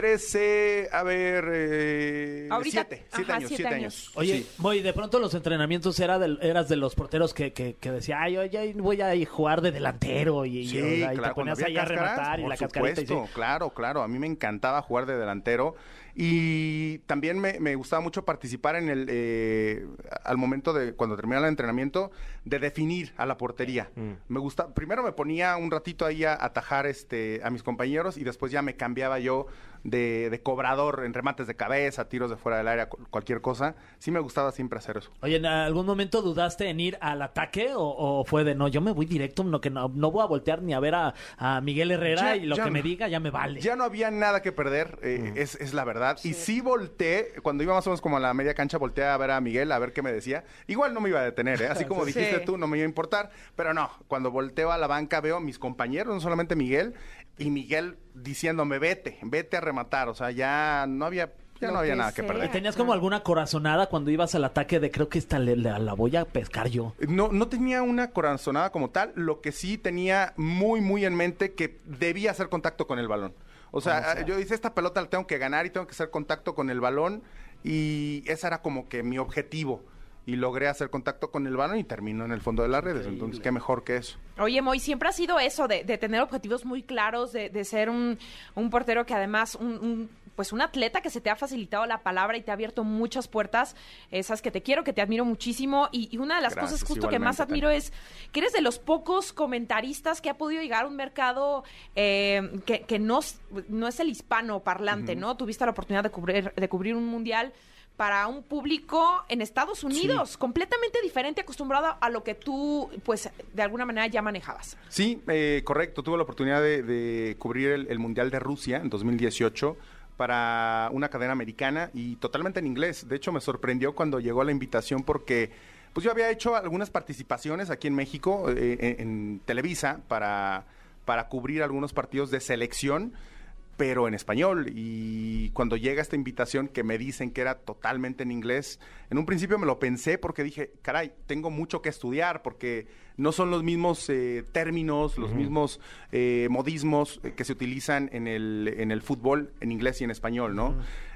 Speaker 8: 2013, a ver, eh,
Speaker 2: Ahorita-
Speaker 8: siete, siete
Speaker 2: ajá,
Speaker 8: años,
Speaker 2: siete
Speaker 8: siete
Speaker 2: años.
Speaker 8: años.
Speaker 4: Oye,
Speaker 8: Sí.
Speaker 4: voy, de pronto en los entrenamientos era del- eras de los porteros que, que, que decía, ay, oye, ahí voy a ir jugar de delantero y, y-
Speaker 8: Sí,
Speaker 4: y te
Speaker 8: claro, cuando
Speaker 4: ponías
Speaker 8: había
Speaker 4: ahí a
Speaker 8: cáscaras,
Speaker 4: rematar y
Speaker 8: por
Speaker 4: la cascarita. y
Speaker 8: supuesto,
Speaker 4: sí.
Speaker 8: claro, claro. A mí me encantaba jugar de delantero y también me, me gustaba mucho participar en el eh, al momento de cuando terminaba el entrenamiento de definir a la portería.
Speaker 4: Mm.
Speaker 8: Me gusta. Primero me ponía un ratito ahí a atajar este a mis compañeros y después ya me cambiaba yo de, de cobrador en remates de cabeza, tiros de fuera del área, cu- cualquier cosa. Sí me gustaba siempre hacer eso.
Speaker 4: Oye, ¿en algún momento dudaste en ir al ataque o, o fue de no, yo me voy directo, no, que no, no voy a voltear ni a ver a, a Miguel Herrera
Speaker 8: Ya-
Speaker 4: y lo
Speaker 8: ya
Speaker 4: que me
Speaker 8: no.
Speaker 4: diga ya me vale?
Speaker 8: Ya no había nada que perder, eh, es, es la verdad. Y sí volteé, cuando iba más o menos como a la media cancha, volteé a ver a Miguel, a ver qué me decía. Igual no me iba a detener, ¿eh? así como
Speaker 2: Sí.
Speaker 8: dijiste tú, no me iba a importar. Pero no, cuando volteo a la banca veo a mis compañeros, no solamente Miguel, y Miguel diciéndome, vete, vete a rematar. O sea, ya no había, ya
Speaker 2: Lo
Speaker 8: no había
Speaker 2: que
Speaker 8: nada que
Speaker 2: sea.
Speaker 8: perder.
Speaker 4: ¿Y tenías como alguna corazonada cuando ibas al ataque de creo que esta le- la, la voy a pescar yo?
Speaker 8: No, no tenía una corazonada como tal, lo que sí tenía muy, muy en mente que debía hacer contacto con el balón. Ah, O sea, yo hice esta pelota la tengo que ganar y tengo que hacer contacto con el balón y ese era como que mi objetivo. Y logré hacer contacto con el balón y terminó en el fondo de las redes. Entonces, qué mejor que eso.
Speaker 2: Oye, Moy, siempre ha sido eso, de, de tener objetivos muy claros, de, de ser un, un portero que además, un, un- pues un atleta que se te ha facilitado la palabra y te ha abierto muchas puertas, esas que te quiero, que te admiro muchísimo. Y, y una de las
Speaker 8: Gracias,
Speaker 2: cosas justo que
Speaker 8: igualmente,
Speaker 2: más admiro
Speaker 8: Tania.
Speaker 2: es que eres de los pocos comentaristas que ha podido llegar a un mercado eh, que, que no, s- no es el hispano parlante, ¿no? Tuviste la oportunidad de cubrir, de cubrir un mundial para un público en Estados Unidos, completamente diferente, acostumbrado a lo que tú, pues, de alguna manera ya manejabas.
Speaker 8: Sí, eh, correcto. Tuve la oportunidad de, de cubrir el, el Mundial de Rusia en 2018 para una cadena americana y totalmente en inglés. De hecho, me sorprendió cuando llegó la invitación porque pues yo había hecho algunas participaciones aquí en México, eh, en, en Televisa, para, para cubrir algunos partidos de selección pero en español. Y cuando llega esta invitación que me dicen que era totalmente en inglés, en un principio me lo pensé porque dije, caray, tengo mucho que estudiar porque no son los mismos eh, términos, los mismos eh, modismos eh, que se utilizan en el, en el fútbol en inglés y en español, ¿no?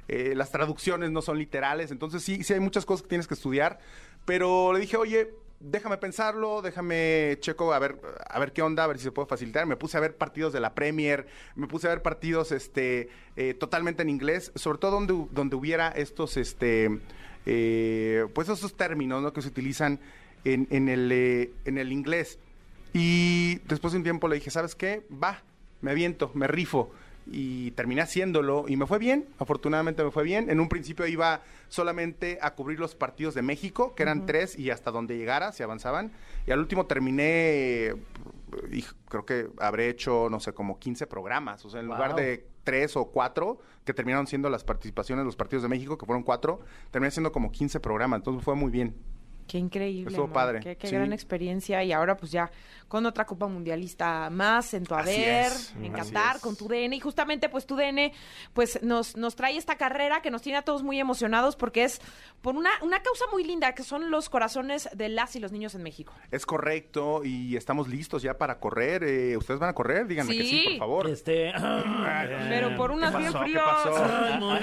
Speaker 8: Eh, las traducciones no son literales, entonces sí, sí hay muchas cosas que tienes que estudiar, pero le dije, oye, déjame pensarlo, déjame checo a ver, a ver qué onda, a ver si se puede facilitar. Me puse a ver partidos de la Premier, me puse a ver partidos este eh, totalmente en inglés, sobre todo donde, hu- donde hubiera estos este eh, pues esos términos ¿no? que se utilizan en, en el eh, en el inglés. Y después de un tiempo le dije, ¿sabes qué? Va, me aviento, me rifo. Y terminé haciéndolo y me fue bien, afortunadamente me fue bien. En un principio iba solamente a cubrir los partidos de México, que eran tres y hasta donde llegara, se avanzaban. Y al último terminé, y creo que habré hecho, no sé, como 15 programas. O sea, en lugar
Speaker 4: Wow.
Speaker 8: de tres o cuatro, que terminaron siendo las participaciones de los partidos de México, que fueron cuatro, terminé siendo como 15 programas. Entonces fue muy bien.
Speaker 2: Qué increíble.
Speaker 8: Estuvo
Speaker 2: Mo,
Speaker 8: padre,
Speaker 2: Qué, qué
Speaker 8: sí.
Speaker 2: gran experiencia. Y ahora, pues ya con otra Copa Mundialista más en tu
Speaker 8: Así
Speaker 2: haber,
Speaker 8: es,
Speaker 2: en
Speaker 8: así
Speaker 2: Qatar,
Speaker 8: es.
Speaker 2: con tu DN. Y justamente, pues tu DN, pues nos, nos trae esta carrera que nos tiene a todos muy emocionados porque es por una, una causa muy linda que son los corazones de las y los niños en México.
Speaker 8: Es correcto y estamos listos ya para correr. Eh, ¿Ustedes van a correr? Díganme que sí,
Speaker 2: Sí.
Speaker 8: por favor.
Speaker 4: Este...
Speaker 3: Eh,
Speaker 2: Pero por unas bien
Speaker 8: pasó? Eh, ¿Qué
Speaker 2: frías.
Speaker 8: pasó?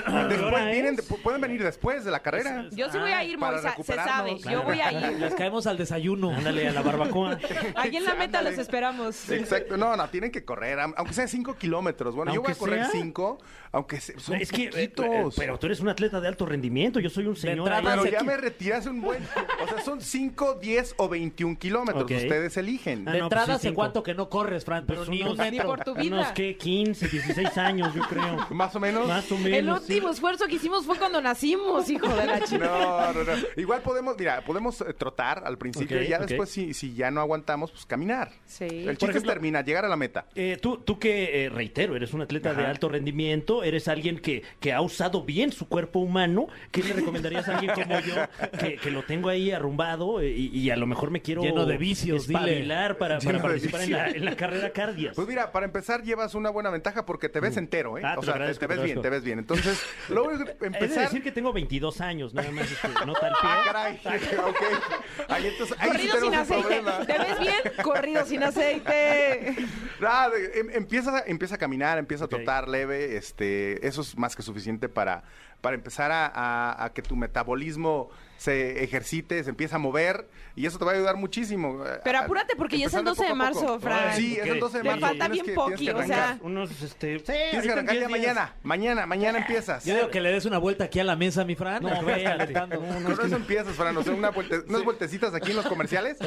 Speaker 3: Ah,
Speaker 8: Después
Speaker 3: Después
Speaker 8: vienen, pu- pueden venir después de la carrera.
Speaker 2: Yo sí voy a
Speaker 3: ah,
Speaker 2: ir,
Speaker 8: para
Speaker 2: Moisa, se sabe.
Speaker 8: recuperarnos.
Speaker 2: Yo voy a ir.
Speaker 4: Les caemos al desayuno.
Speaker 3: Ándale a la barbacoa.
Speaker 2: Ahí en la meta
Speaker 8: Ándale.
Speaker 2: los esperamos.
Speaker 8: Exacto, no, no, tienen que correr, am- aunque sea 5 kilómetros. Bueno, yo voy a
Speaker 3: Aunque
Speaker 8: correr
Speaker 3: sea.
Speaker 8: 5, aunque se- son
Speaker 3: es que, eh, eh,
Speaker 8: poquitos.
Speaker 3: pero tú eres un atleta de alto rendimiento, yo soy un señor.
Speaker 4: entrada,
Speaker 3: ahí.
Speaker 8: Pero
Speaker 4: hace
Speaker 8: ya
Speaker 4: aquí.
Speaker 8: me retiré hace un buen. O sea, son 5, 10 o 21 kilómetros.
Speaker 3: Ok.
Speaker 8: Ustedes eligen.
Speaker 3: Ah,
Speaker 4: De
Speaker 3: no, pues
Speaker 4: entrada,
Speaker 3: sí,
Speaker 4: hace
Speaker 3: cinco.
Speaker 4: cuánto que no corres, Fran, pero
Speaker 3: Pues
Speaker 4: ni un
Speaker 3: unos-
Speaker 2: Ni
Speaker 4: metro.
Speaker 2: por tu vida.
Speaker 3: Unos que 15, 16 años, yo creo.
Speaker 8: Más o menos.
Speaker 3: Más o menos.
Speaker 2: El
Speaker 3: sí.
Speaker 2: último esfuerzo que hicimos fue cuando nacimos, hijo de la chica.
Speaker 8: No, no, no. Igual podemos, mira, podemos podemos eh, trotar al principio
Speaker 3: Ok,
Speaker 8: y ya
Speaker 3: ok.
Speaker 8: después, si, si ya no aguantamos, pues caminar.
Speaker 6: Sí. Por
Speaker 8: El chiste
Speaker 3: ejemplo-
Speaker 8: es terminar, llegar a la meta.
Speaker 3: Eh, tú, tú que, eh, reitero, eres un atleta de
Speaker 8: Ajá.
Speaker 3: alto rendimiento, eres alguien que, que ha usado bien su cuerpo humano, ¿qué le recomendarías a alguien como yo que, que lo tengo ahí arrumbado eh, y, y a lo mejor me quiero
Speaker 4: Lleno de vicios, dile.
Speaker 3: espabilar para, para
Speaker 8: Lleno de
Speaker 3: participar en la,
Speaker 8: vicios.
Speaker 3: en la carrera cardias?
Speaker 8: Pues mira, para empezar llevas una buena ventaja porque te ves entero, ¿eh?
Speaker 3: Ah, te lo
Speaker 8: o sea, te,
Speaker 3: agradezco,
Speaker 8: te
Speaker 3: te
Speaker 8: ves bien,
Speaker 3: agradezco.
Speaker 8: te ves bien. Entonces, lo único que
Speaker 3: He de
Speaker 8: empezar...
Speaker 3: decir que tengo 22 años, nada más, este, no tal pie.
Speaker 8: Ah, caray. ok. Ahí entonces, ahí sí
Speaker 2: Corrido sin
Speaker 8: tenemos un
Speaker 2: aceite.
Speaker 8: problema.
Speaker 2: ¿Te ves bien? Corrido sin aceite.
Speaker 8: Ah, de- em- empieza, empieza a caminar, empieza
Speaker 3: Ok.
Speaker 8: a trotar leve, este, eso es más que suficiente para, para empezar a, a- a que tu metabolismo se ejercite, se empieza a mover y eso te va a ayudar muchísimo.
Speaker 2: Pero apúrate porque ya es el 12
Speaker 8: Empezando
Speaker 2: de
Speaker 8: poco a
Speaker 2: marzo,
Speaker 8: poco.
Speaker 2: Fran.
Speaker 8: Sí, es el 12 de
Speaker 2: Le
Speaker 8: marzo.
Speaker 2: falta
Speaker 8: tienes
Speaker 2: bien
Speaker 8: que- tienes que
Speaker 2: poqui, o
Speaker 8: arrancar.
Speaker 2: sea.
Speaker 3: Unos, este... sí,
Speaker 8: Tienes
Speaker 3: ahorita
Speaker 8: que
Speaker 3: en
Speaker 8: arrancar
Speaker 3: 10
Speaker 8: ya
Speaker 3: días.
Speaker 8: mañana, mañana, mañana empiezas.
Speaker 4: Yo digo que le des una vuelta aquí a la mesa, mi Fran.
Speaker 3: No,
Speaker 4: a que vayas
Speaker 3: espérate.
Speaker 4: calentando.
Speaker 8: Con eso empiezas, Fran, o sea, una vuelte- unas vueltecitas aquí en los comerciales.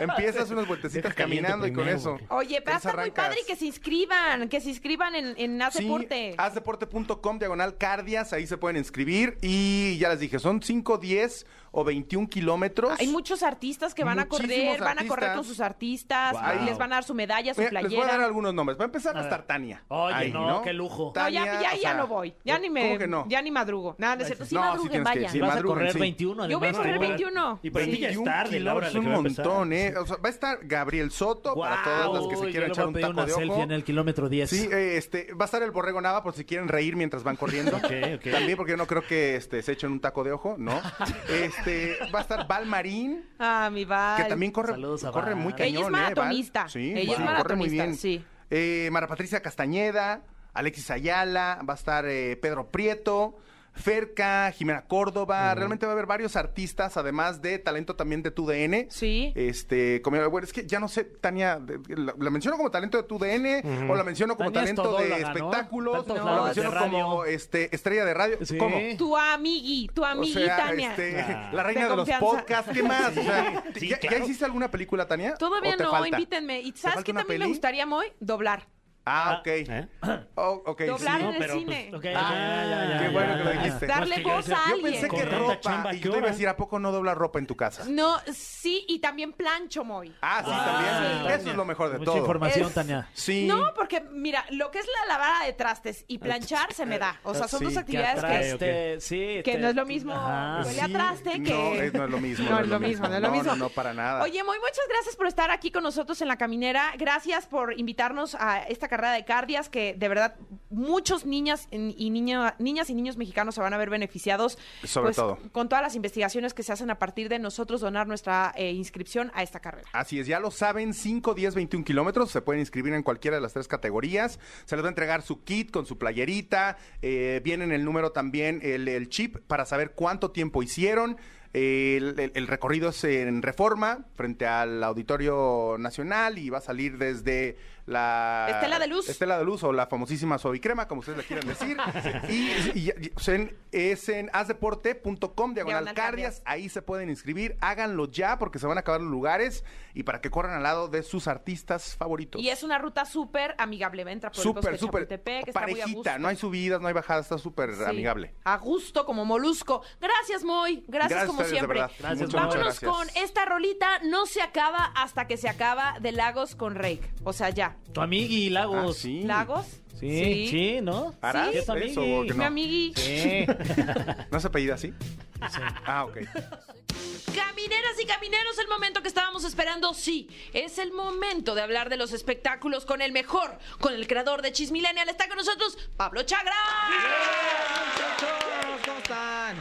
Speaker 8: Empiezas unas vueltecitas
Speaker 3: Deja caliente
Speaker 8: caminando y con
Speaker 3: primero,
Speaker 8: eso.
Speaker 3: porque-
Speaker 2: Oye, pero va a
Speaker 8: Entonces
Speaker 2: estar muy
Speaker 8: arrancas.
Speaker 2: padre y que se inscriban, que se inscriban en, en Haz
Speaker 8: Sí,
Speaker 2: Deporte.
Speaker 8: hazdeporte.com, diagonal cardias, ahí se pueden inscribir. Y ya les dije, son 5, 10 o 21 kilómetros.
Speaker 2: Hay muchos artistas que van a
Speaker 8: Muchísimos
Speaker 2: correr, van a correr
Speaker 8: artistas.
Speaker 2: con sus artistas,
Speaker 8: Guau.
Speaker 2: les van a dar su medalla, su
Speaker 8: Mira,
Speaker 2: playera.
Speaker 8: les voy a dar algunos nombres. Va a empezar a estar Tania.
Speaker 4: Oye, no, qué lujo.
Speaker 2: No, ya,
Speaker 8: Tania,
Speaker 2: ya,
Speaker 8: o
Speaker 2: ya
Speaker 8: sea,
Speaker 2: no voy. Ya ni me.
Speaker 8: ¿Cómo que no?
Speaker 2: Ya ni madrugo. Nada, no es cierto. Sí,
Speaker 8: No, sí
Speaker 2: madruguen,
Speaker 8: tienes que
Speaker 2: vayan.
Speaker 8: sí,
Speaker 4: Y vas a
Speaker 8: madruguen,
Speaker 4: correr
Speaker 8: sí.
Speaker 4: 21,
Speaker 2: Yo voy a
Speaker 4: además,
Speaker 2: correr
Speaker 4: ¿no?
Speaker 2: 21.
Speaker 3: Y para ti ya es
Speaker 8: 21
Speaker 3: tarde la hora
Speaker 8: kilómetros,
Speaker 3: de que
Speaker 8: un
Speaker 3: va a empezar.
Speaker 8: montón, ¿eh? O sea, va a estar Gabriel Soto para todas las que
Speaker 4: Uy,
Speaker 8: se quieran
Speaker 4: yo le
Speaker 8: echar
Speaker 4: voy a
Speaker 8: un
Speaker 4: pedir
Speaker 8: taco
Speaker 4: una
Speaker 8: de
Speaker 4: selfie
Speaker 8: ojo.
Speaker 4: en el kilómetro 10.
Speaker 8: Sí, eh, este, va a estar el borrego Nava por si quieren reír mientras van corriendo.
Speaker 3: ok.
Speaker 8: También porque yo no creo que este, se echen un taco de ojo, ¿no? Este, va a estar Val Marín,
Speaker 2: Ah, mi va.
Speaker 8: que también corre,
Speaker 4: Saludos a
Speaker 8: corre
Speaker 4: Val.
Speaker 8: muy
Speaker 4: Ella
Speaker 8: cañón.
Speaker 2: es
Speaker 8: ¿eh, Val?
Speaker 2: maratonista.
Speaker 8: Sí,
Speaker 2: Ella es
Speaker 8: corre muy
Speaker 2: maratonista,
Speaker 8: bien.
Speaker 2: sí.
Speaker 8: Eh, Mara Patricia Castañeda, Alexis Ayala, va a estar eh, Pedro Prieto. Ferca, Jimena Córdoba, realmente va a haber varios artistas, además de talento también de tu DN.
Speaker 2: Sí.
Speaker 8: Este, como, bueno, es que ya no sé, Tania, de- de- la, la menciono como talento de tu DN, o la menciono como
Speaker 4: Tania es
Speaker 8: talento de
Speaker 4: todóloga, ¿no?
Speaker 8: espectáculos,
Speaker 4: Tantos
Speaker 8: o
Speaker 4: lados
Speaker 8: la
Speaker 4: de
Speaker 8: menciono como
Speaker 4: radio.
Speaker 8: este, estrella de radio.
Speaker 4: Sí.
Speaker 8: ¿Cómo?
Speaker 2: Tu amigui, tu
Speaker 8: O
Speaker 2: amigui
Speaker 8: sea,
Speaker 2: Tania.
Speaker 8: este,
Speaker 3: Ah.
Speaker 8: la reina
Speaker 2: De
Speaker 8: de, los
Speaker 2: confianza.
Speaker 8: podcasts, ¿qué más? O sea,
Speaker 3: Sí,
Speaker 8: ¿ya, ya
Speaker 3: claro.
Speaker 8: hiciste alguna película, Tania?
Speaker 2: Todavía
Speaker 8: ¿O te
Speaker 2: no,
Speaker 8: falta?
Speaker 2: invítenme. ¿Y
Speaker 8: ¿Te
Speaker 2: sabes
Speaker 8: falta
Speaker 2: qué
Speaker 8: una
Speaker 2: también me
Speaker 8: peli?
Speaker 2: gustaría muy? Doblar.
Speaker 8: Ah, ok.
Speaker 3: ¿Eh?
Speaker 8: Oh, ok,
Speaker 2: Doblar
Speaker 8: sí.
Speaker 2: en el cine.
Speaker 8: pues,
Speaker 4: Ok,
Speaker 3: Ah,
Speaker 4: ya, ya, ya,
Speaker 8: qué
Speaker 4: ya,
Speaker 8: bueno
Speaker 4: ya,
Speaker 8: que lo
Speaker 4: ya.
Speaker 8: dijiste.
Speaker 2: Darle
Speaker 3: es que yo
Speaker 2: voz
Speaker 3: decía,
Speaker 2: a
Speaker 8: Yo
Speaker 2: alguien.
Speaker 8: pensé
Speaker 3: Con
Speaker 8: que
Speaker 3: tanta
Speaker 8: ropa,
Speaker 3: chamba,
Speaker 8: y
Speaker 3: ¿qué
Speaker 8: yo te iba
Speaker 3: hora?
Speaker 8: a decir, ¿a poco no dobla ropa en tu casa?
Speaker 2: No, sí, y también plancho, Moy.
Speaker 8: Ah, sí, también. Eso es lo mejor de
Speaker 4: Mucha
Speaker 8: todo.
Speaker 4: información,
Speaker 2: Es-
Speaker 4: Tania.
Speaker 8: Sí.
Speaker 2: No, porque mira, lo que es la lavada de trastes y planchar se me da. O sea, son
Speaker 8: Sí,
Speaker 2: dos
Speaker 8: que
Speaker 2: actividades que,
Speaker 3: atrae,
Speaker 4: Este, sí,
Speaker 2: que
Speaker 4: te-
Speaker 2: no es lo mismo
Speaker 4: Ajá.
Speaker 2: huele a
Speaker 8: Sí,
Speaker 2: traste que...
Speaker 8: No, es- no es lo mismo.
Speaker 2: No es lo mismo, no es lo mismo.
Speaker 8: No, no, para nada.
Speaker 2: Oye, muy muchas gracias por estar aquí con nosotros en La Caminera. Gracias por invitarnos a esta carrera de cardias que de verdad muchos niñas en- y niño- niñas y niños mexicanos se van a ver beneficiados. pues,
Speaker 8: Sobre todo.
Speaker 2: Con todas las investigaciones que se hacen a partir de nosotros donar nuestra eh, inscripción a esta carrera.
Speaker 8: Así es, ya lo saben, 5, 10, 21 kilómetros, se pueden inscribir en cualquiera de las tres categorías, se les va a entregar su kit con su playerita, eh, viene en el número también el, el chip para saber cuánto tiempo hicieron, eh, el, el- el recorrido es en reforma frente al Auditorio Nacional y va a salir desde la...
Speaker 2: Estela de Luz.
Speaker 8: Estela de Luz o la famosísima suavicrema, como ustedes le quieran decir. y y- y- es en, es en hazdeporte.com, diagonal
Speaker 2: Diagonal cardias.
Speaker 8: cardias, Ahí se pueden inscribir, háganlo ya porque se van a acabar los lugares y para que corran al lado de sus artistas favoritos.
Speaker 2: Y es una ruta súper amigable. Entra por el bosque
Speaker 8: súper,
Speaker 2: de
Speaker 8: súper
Speaker 2: Chapultepec, está muy a
Speaker 8: parejita,
Speaker 2: gusto.
Speaker 8: no hay subidas, no hay bajadas, está súper
Speaker 2: Sí,
Speaker 8: amigable.
Speaker 2: A gusto, como molusco. Gracias, Moy. Gracias,
Speaker 8: Gracias a
Speaker 2: como
Speaker 8: ustedes, de
Speaker 2: siempre.
Speaker 8: verdad.
Speaker 4: Gracias,
Speaker 8: Muchas,
Speaker 4: Moy.
Speaker 8: muchas
Speaker 2: Vámonos
Speaker 8: gracias.
Speaker 2: con esta rolita. No se acaba hasta que se acaba de Lagos con Rake. O sea, ya.
Speaker 4: Tu amigui
Speaker 8: Ah,
Speaker 4: Lagos.
Speaker 8: sí.
Speaker 2: ¿Lagos?
Speaker 4: Sí, sí, ¿no?
Speaker 8: ¿Harás
Speaker 4: Sí, es tu
Speaker 8: eso
Speaker 4: amigui.
Speaker 8: o que
Speaker 2: Mi
Speaker 8: no?
Speaker 2: amigui.
Speaker 4: Sí.
Speaker 8: ¿No se apellida así? Ah, ok.
Speaker 2: Camineras y camineros, el momento que estábamos esperando, sí, es el momento de hablar de los espectáculos con el mejor, con el creador de Chismilenial. Está con nosotros Pablo Chagra.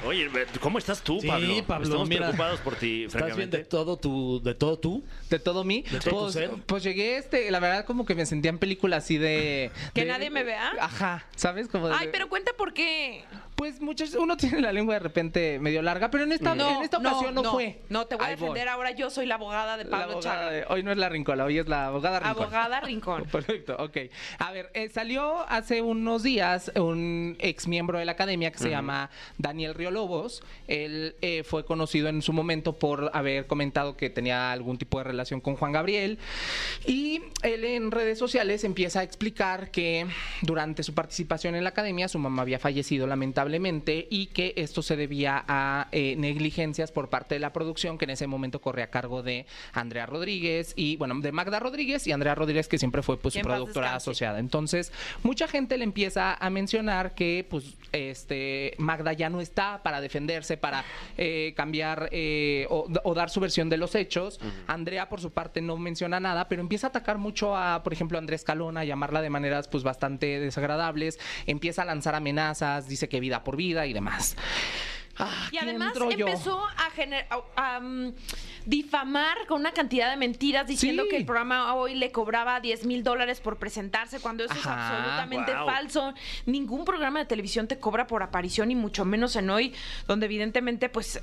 Speaker 3: Oye, ¿cómo estás tú,
Speaker 9: Sí,
Speaker 3: Pablo?
Speaker 9: Pablo,
Speaker 3: Estamos
Speaker 9: mira.
Speaker 3: preocupados por ti,
Speaker 9: ¿Estás bien de
Speaker 3: francamente.
Speaker 9: todo tu, de todo tú?
Speaker 10: De todo mí.
Speaker 9: todo tu
Speaker 10: pues,
Speaker 9: ser.
Speaker 10: pues llegué, este, la verdad, como que me sentía en película así de.
Speaker 2: Que
Speaker 10: de-
Speaker 2: nadie me vea.
Speaker 10: Ajá, ¿sabes? Como de-
Speaker 2: Ay, pero cuenta por qué.
Speaker 10: Pues muchos, uno tiene la lengua de repente medio larga, pero en esta, en esta ocasión no, fue.
Speaker 2: No, te voy a
Speaker 10: Ahí voy.
Speaker 2: defender ahora. Yo soy la abogada de
Speaker 10: La
Speaker 2: Pablo
Speaker 10: abogada
Speaker 2: Chagra.
Speaker 10: de- hoy no es la rincola, hoy es la abogada rincón.
Speaker 2: Abogada Rincón.
Speaker 10: Perfecto, ok. A ver, eh, salió hace unos días un ex miembro de la academia que se llama Daniel Riolobos. Él eh, fue conocido en su momento por haber comentado que tenía algún tipo de relación con Juan Gabriel. Y él en redes sociales empieza a explicar que durante su participación en la academia su mamá había fallecido lamentablemente, y que esto se debía a eh, negligencias por parte de la producción que en ese momento corría a cargo de Andrea Rodríguez y, bueno, de Magda Rodríguez y Andrea Rodríguez, que siempre fue pues,
Speaker 2: Que
Speaker 10: su
Speaker 2: en paz
Speaker 10: productora
Speaker 2: descanse.
Speaker 10: asociada. Entonces, mucha gente le empieza a mencionar que pues este Magda ya no está para defenderse, para eh, cambiar eh, o, o dar su versión de los hechos. Andrea, por su parte, no menciona nada, pero empieza a atacar mucho a, por ejemplo, a Andrés Calona, a llamarla de maneras pues bastante desagradables, empieza a lanzar amenazas, dice que vida por vida y demás. Ah,
Speaker 2: Y
Speaker 10: aquí
Speaker 2: además
Speaker 10: entro yo.
Speaker 2: empezó a, gener- a- a, mm, difamar con una cantidad de mentiras diciendo
Speaker 10: Sí.
Speaker 2: que el programa hoy le cobraba 10 mil dólares por presentarse, cuando eso es
Speaker 10: Ajá,
Speaker 2: absolutamente
Speaker 3: guau.
Speaker 2: falso. Ningún programa de televisión te cobra por aparición y mucho menos en hoy, donde evidentemente pues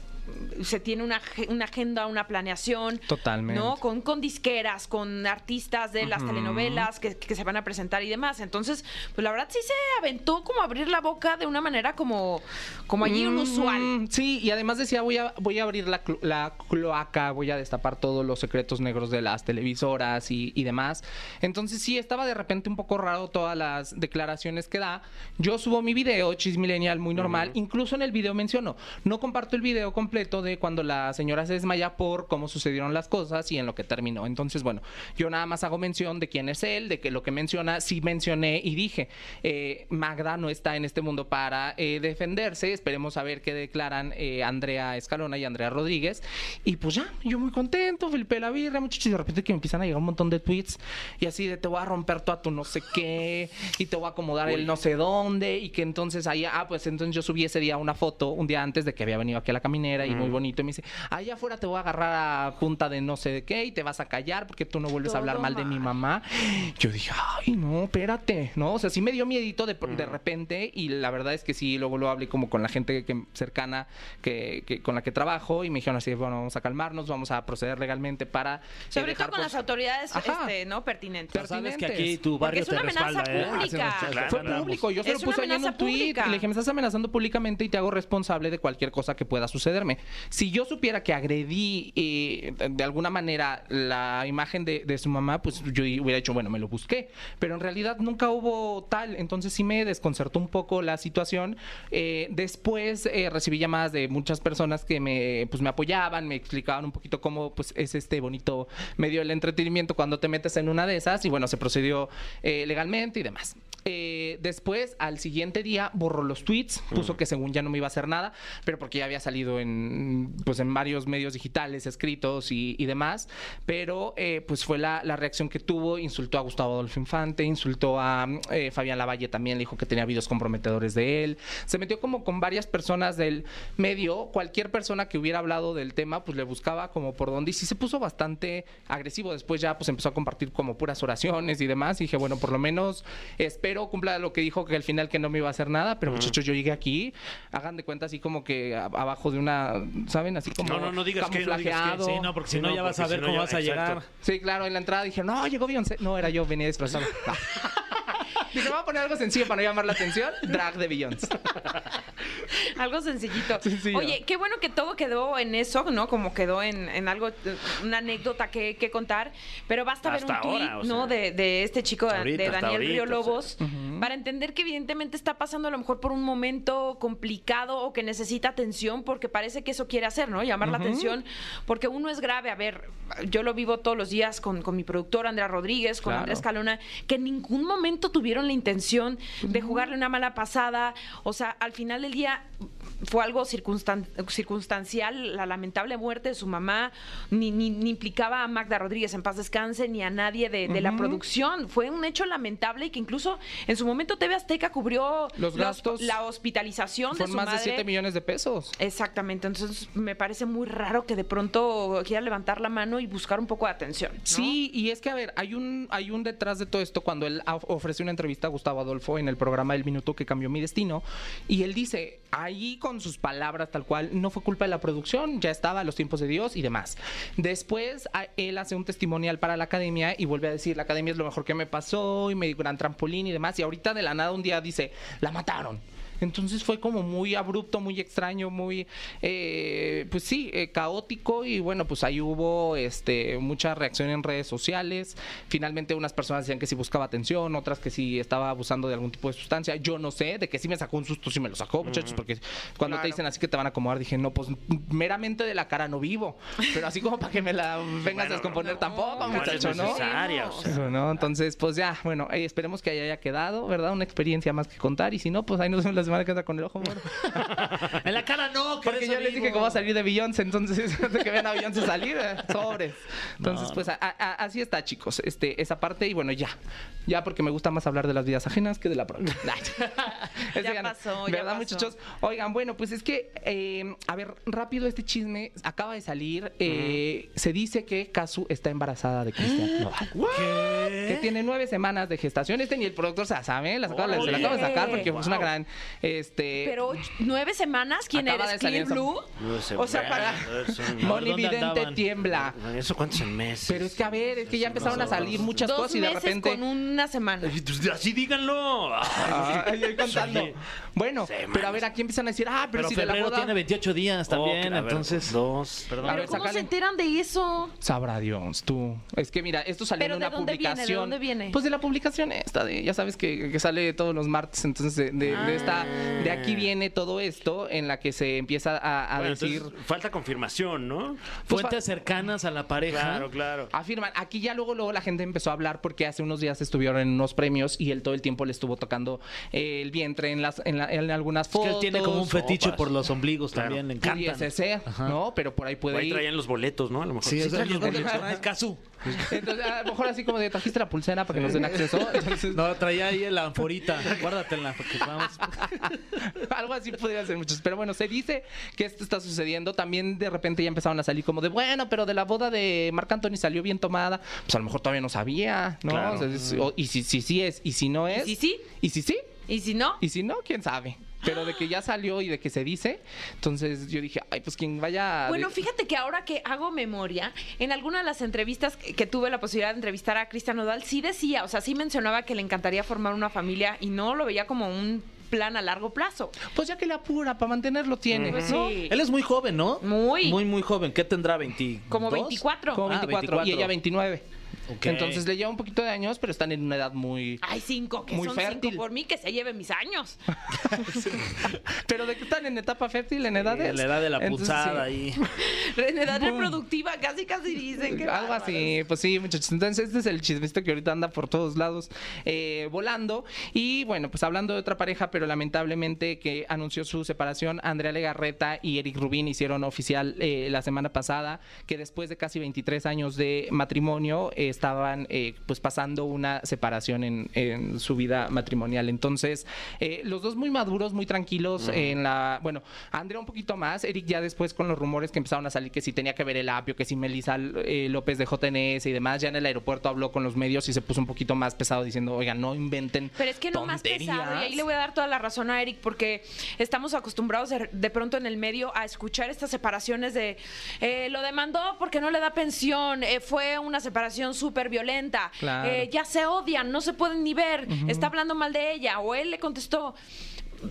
Speaker 2: se tiene una, ag- una agenda, una planeación.
Speaker 10: Totalmente.
Speaker 2: ¿no? Con, con disqueras, con artistas de las
Speaker 10: Ujú.
Speaker 2: telenovelas que, que se van a presentar y demás. Entonces, pues la verdad sí se aventó como a abrir la boca de una manera como, como allí inusual.
Speaker 10: Mm, sí, y además decía, voy a, voy a abrir la, clo- la cloaca, voy a destapar todos los secretos negros de las televisoras y, y demás. Entonces sí, estaba de repente un poco raro todas las declaraciones que da. Yo subo mi video, Chismilenial, muy normal. Incluso en el video menciono, no comparto el video completo de cuando la señora se desmaya por cómo sucedieron las cosas y en lo que terminó. Entonces, bueno, yo nada más hago mención de quién es él, de que lo que menciona, sí mencioné y dije, eh, Magda no está en este mundo para eh, defenderse, esperemos a ver qué declaran eh, Andrea Escalona y Andrea Rodríguez. Y pues ya, yo muy contento, Felipe la birra, muchachos, y de repente que me empiezan a llegar un montón de tweets y así de te voy a romper toda tu no sé qué y te voy a acomodar el no sé dónde y que entonces ahí, ah, pues entonces yo subí ese día una foto, un día antes de que había venido aquí a la caminera y muy bonito, y me dice, allá afuera te voy a agarrar a punta de no sé de qué y te vas a callar porque tú no vuelves a hablar
Speaker 2: Todo
Speaker 10: mal de mi
Speaker 2: mal.
Speaker 10: mamá mamá. Yo dije, ay, no, espérate, ¿no? O sea, sí me dio miedito de, de repente y la verdad es que sí, luego lo hablé como con la gente que, cercana que, que- con la que trabajo y me dijeron así, bueno, vamos a calmarnos, vamos a proceder legalmente para... eh,
Speaker 2: Sobre
Speaker 10: dejar
Speaker 2: todo con las
Speaker 10: cosas-
Speaker 2: autoridades
Speaker 10: Ajá.
Speaker 2: este, ¿no? pertinentes.
Speaker 10: Pero
Speaker 4: Sabes que
Speaker 10: pertinentes.
Speaker 4: aquí tu
Speaker 2: Porque
Speaker 4: barrio
Speaker 2: es una
Speaker 4: te
Speaker 2: amenaza
Speaker 4: respalda, ¿eh?
Speaker 2: pública.
Speaker 4: Claro,
Speaker 10: Fue
Speaker 4: andamos.
Speaker 10: público, yo se
Speaker 2: Es
Speaker 10: lo
Speaker 2: una
Speaker 10: puse ahí en un
Speaker 2: amenaza
Speaker 10: tweet
Speaker 2: pública.
Speaker 10: y le dije, me estás amenazando públicamente y te hago responsable de cualquier cosa que pueda sucederme. Si yo supiera que agredí eh, de alguna manera la imagen de, de su mamá, pues yo hubiera hecho, bueno, me lo busqué. Pero en realidad nunca hubo tal, entonces sí me desconcertó un poco la situación. Eh, después eh, recibí llamadas de muchas personas que me, pues, me apoyaban, me explicaban un poquito cómo pues, es este bonito medio del entretenimiento cuando te metes en una de esas y bueno, se procedió eh, legalmente y demás. Eh, después, al siguiente día, borró los tweets, puso que según ya no me iba a hacer nada, pero porque ya había salido en, pues, en varios medios digitales, escritos y, y demás. Pero eh, pues fue la, la reacción que tuvo, insultó a Gustavo Adolfo Infante, insultó a mm, eh, Fabián Lavalle también, le dijo que tenía videos comprometedores de él. Se metió como con varias personas del medio, cualquier persona que hubiera hablado del tema, pues le buscaba como por dónde y sí se puso bastante agresivo. Después ya pues empezó a compartir como puras oraciones y demás. Y dije, bueno, por lo menos espero cumpla lo que dijo que al final que no me iba a hacer nada. Pero muchachos, yo llegué aquí, hagan de cuenta así como que a- abajo de una, ¿saben? Así como
Speaker 3: No, no, no digas que no digas que
Speaker 10: camuflajeado.
Speaker 4: Sí, no, porque si no,
Speaker 3: No,
Speaker 4: ya vas a
Speaker 3: porque si
Speaker 4: ver
Speaker 3: no,
Speaker 4: cómo
Speaker 3: ya-
Speaker 4: vas a
Speaker 3: exacto.
Speaker 4: llegar.
Speaker 10: Sí, claro, en la entrada dije, no, llegó Beyoncé. No, era yo, venía disfrazado. dije, voy a poner algo sencillo para no llamar la atención. Drag de Beyoncé.
Speaker 2: Algo sencillito.
Speaker 10: Sencillo.
Speaker 2: Oye, qué bueno que todo quedó en eso, ¿no? Como quedó en, en algo, eh, una anécdota que, que contar. Pero basta ver un
Speaker 3: Hasta
Speaker 2: tweet,
Speaker 3: ahora, o
Speaker 2: ¿no?
Speaker 3: sea.
Speaker 2: De, de este chico, de-
Speaker 3: Ahorita,
Speaker 2: de
Speaker 3: hasta
Speaker 2: Daniel Río
Speaker 3: ahorita, o sea.
Speaker 2: Lobos, para entender que evidentemente está pasando a lo mejor por un momento complicado o que necesita atención, porque parece que eso quiere hacer, ¿no? Llamar la atención, porque uno es grave. A ver, yo lo vivo todos los días con, con mi productor Andrea Rodríguez, con
Speaker 10: Claro.
Speaker 2: Andrés Calona, que en ningún momento tuvieron la intención de jugarle una mala pasada. O sea, al final del día fue algo circunstan- circunstancial, la lamentable muerte de su mamá, ni, ni- ni implicaba a Magda Rodríguez en paz descanse, ni a nadie de, de la producción. Fue un hecho lamentable y que incluso en su momento TV Azteca cubrió
Speaker 10: Los gastos
Speaker 2: la hospitalización de
Speaker 10: Son
Speaker 2: su
Speaker 10: más de
Speaker 2: madre.
Speaker 10: 7 millones de pesos.
Speaker 2: Exactamente, entonces me parece muy raro que de pronto quiera levantar la mano y buscar un poco de atención. ¿no?
Speaker 10: Sí, y es que, a ver, hay un, hay un detrás de todo esto cuando él of- ofrece una entrevista a Gustavo Adolfo en el programa El Minuto que cambió mi destino, y él dice, ahí con sus palabras tal cual, no fue culpa de la producción, ya estaba a los tiempos de Dios y demás. Después a- él hace un testimonial para la academia y vuelve a decir, la academia es lo mejor que me pasó y me di gran trampolín y demás, y ahorita de la nada un día dice, la mataron. Entonces fue como muy abrupto, muy extraño, muy, eh, pues sí, eh, caótico y bueno, pues ahí hubo este, mucha reacción en redes sociales. Finalmente unas personas decían que si buscaba atención, otras que si estaba abusando de algún tipo de sustancia. Yo no sé, de que sí me sacó un susto, sí me lo sacó, muchachos, porque cuando te dicen así que te van a acomodar, dije, no, pues meramente de la cara no vivo, pero así como para que me la vengas a descomponer tampoco,
Speaker 3: No es
Speaker 10: muchacho, ¿no?
Speaker 3: necesaria, o sea.
Speaker 10: Eso, ¿no? Entonces, pues ya, bueno, eh, esperemos que ahí haya quedado, ¿verdad? Una experiencia más que contar. Y si no, pues ahí nos vemos la semana que entra con el ojo moro.
Speaker 4: En la cara no, que de
Speaker 10: Porque yo
Speaker 4: eso
Speaker 10: les dije
Speaker 4: vivo.
Speaker 10: que voy a salir de Beyoncé, entonces, de que ven a Beyoncé salir, eh, sobres. Entonces, pues a- a- así está, chicos, este, esa parte. Y bueno, ya, ya, porque me gusta más hablar de las vidas ajenas que de la propia. Ay, es
Speaker 2: Ya
Speaker 10: que
Speaker 2: pasó, ya
Speaker 10: ¿Verdad,
Speaker 2: pasó.
Speaker 10: muchachos? Oigan, bueno, pues es que, eh, a ver, rápido, este chisme acaba de salir. eh, Se dice que Kazu está embarazada de Cristian Nodal que tiene nueve semanas de gestación. Este ni el productor se la sabe, la acaba, se la acaba de sacar porque es una gran. Este,
Speaker 2: Pero ocho- nueve semanas, ¿quién
Speaker 10: Acaba de
Speaker 2: eres? Clean
Speaker 10: salir esa-
Speaker 2: Blue.
Speaker 3: Este,
Speaker 2: O sea, para.
Speaker 10: Moni Vidente tiembla.
Speaker 3: ¿Eso cuántos en meses?
Speaker 10: Pero es que, a ver, es que ya empezaron a salir muchas
Speaker 2: Dos
Speaker 10: cosas y de
Speaker 2: meses
Speaker 10: repente.
Speaker 2: con una semana.
Speaker 3: pues, Así díganlo.
Speaker 10: Ah, ahí voy contando.
Speaker 3: Oye,
Speaker 10: Bueno,
Speaker 3: semanas.
Speaker 10: pero a ver, aquí empiezan a decir, ah, pero,
Speaker 4: Pero
Speaker 10: si de la
Speaker 4: febrero
Speaker 10: boda.
Speaker 4: tiene 28 días también, entonces.
Speaker 3: Dos, perdón.
Speaker 10: A ver,
Speaker 2: Pero ¿cómo
Speaker 10: sácale.
Speaker 2: se enteran de eso?
Speaker 10: Sabrá Dios, tú. Es que mira, esto salió
Speaker 2: ¿Pero
Speaker 10: en
Speaker 2: de
Speaker 10: una
Speaker 2: dónde viene? ¿De
Speaker 10: publicación.
Speaker 2: dónde viene?
Speaker 10: Pues de la publicación esta, de, ya sabes que, que sale todos los martes, entonces de, de- de esta, de aquí viene todo esto, en la que se empieza a, a
Speaker 3: Bueno,
Speaker 10: decir.
Speaker 3: entonces, falta confirmación, ¿no?
Speaker 10: Pues,
Speaker 4: Fuentes cercanas a la
Speaker 10: ¿Ah?
Speaker 4: pareja.
Speaker 3: Claro, claro.
Speaker 10: Afirman, aquí ya luego, luego la gente empezó a hablar porque hace unos días estuvieron en unos premios y él todo el tiempo le estuvo tocando eh, el vientre en las en, la- en algunas
Speaker 4: Es
Speaker 10: fotos.
Speaker 4: que él tiene como un fetiche
Speaker 3: sopas.
Speaker 4: por los ombligos
Speaker 3: Claro.
Speaker 4: también, le encanta.
Speaker 10: Pudiese ser, ¿no? Pero por ahí
Speaker 3: O
Speaker 10: puede
Speaker 3: ahí
Speaker 10: ir.
Speaker 3: traían los boletos, ¿no? A lo mejor.
Speaker 4: Sí, es
Speaker 10: trae los boletos.
Speaker 4: Casu.
Speaker 10: Entonces, a lo mejor así como de trajiste la pulsera para que nos den acceso. Entonces,
Speaker 4: No, traía ahí la anforita. Guárdatela, porque vamos.
Speaker 10: Algo así podría ser muchos. Pero bueno, se dice que esto está sucediendo. También de repente ya empezaron a salir como de, bueno, pero de la boda de Marc Anthony salió bien tomada. Pues a lo mejor todavía no sabía, ¿no?
Speaker 3: Claro.
Speaker 10: O sea, es- o- y si sí si, sí es, y si no es.
Speaker 2: si sí?
Speaker 10: ¿Y si sí?
Speaker 2: ¿Y si no?
Speaker 10: Y si no, quién sabe. Pero de que ya salió y de que se dice, entonces yo dije, ay, pues quien vaya.
Speaker 2: Bueno,
Speaker 10: de-
Speaker 2: fíjate que ahora que hago memoria, en alguna de las entrevistas que que tuve la posibilidad de entrevistar a Cristian Nodal, sí decía, o sea, sí mencionaba que le encantaría formar una familia y no lo veía como un plan a largo plazo.
Speaker 10: Pues ya que la apura, para mantenerlo tiene.
Speaker 2: Pues
Speaker 10: ¿no?
Speaker 2: sí.
Speaker 4: Él es muy joven, ¿no?
Speaker 2: Muy.
Speaker 4: Muy, muy joven. ¿Qué tendrá? ¿20?
Speaker 2: Como 24.
Speaker 10: Como
Speaker 4: Ah,
Speaker 10: 24, y ella 29.
Speaker 4: Ok.
Speaker 10: Entonces le lleva un poquito de años, pero están en una edad muy.
Speaker 2: Hay cinco, que
Speaker 10: Muy
Speaker 2: son
Speaker 10: fértil.
Speaker 2: cinco por mí, que se lleven mis años.
Speaker 10: Pero de que están en etapa fértil, en edades.
Speaker 4: En la edad de la
Speaker 10: Entonces,
Speaker 4: punzada
Speaker 10: sí.
Speaker 4: ahí.
Speaker 2: En edad reproductiva, casi, casi dicen que...
Speaker 10: Algo así, pues sí, muchachos. Entonces, este es el chismecito que ahorita anda por todos lados eh, volando. Y bueno, pues hablando de otra pareja, pero lamentablemente que anunció su separación, Andrea Legarreta y Eric Rubín hicieron oficial eh, la semana pasada que después de casi 23 años de matrimonio eh, estaban eh, pues pasando una separación en, en su vida matrimonial. Entonces, eh, los dos muy maduros, muy tranquilos en la... Bueno, Andrea un poquito más, Eric ya después con los rumores que empezaron a salir que si tenía que ver el apio, que si Melissa eh, López de JNS y demás, ya en el aeropuerto habló con los medios y se puso un poquito más pesado diciendo, oigan, no inventen.
Speaker 2: Pero es que no más
Speaker 10: tonterías".
Speaker 2: pesado, y ahí le voy a dar toda la razón a Eric, porque estamos acostumbrados de, de pronto en el medio a escuchar estas separaciones de eh, lo demandó porque no le da pensión, eh, fue una separación súper violenta,
Speaker 10: Claro.
Speaker 2: eh, ya se odian, no se pueden ni ver, está hablando mal de ella, o él le contestó.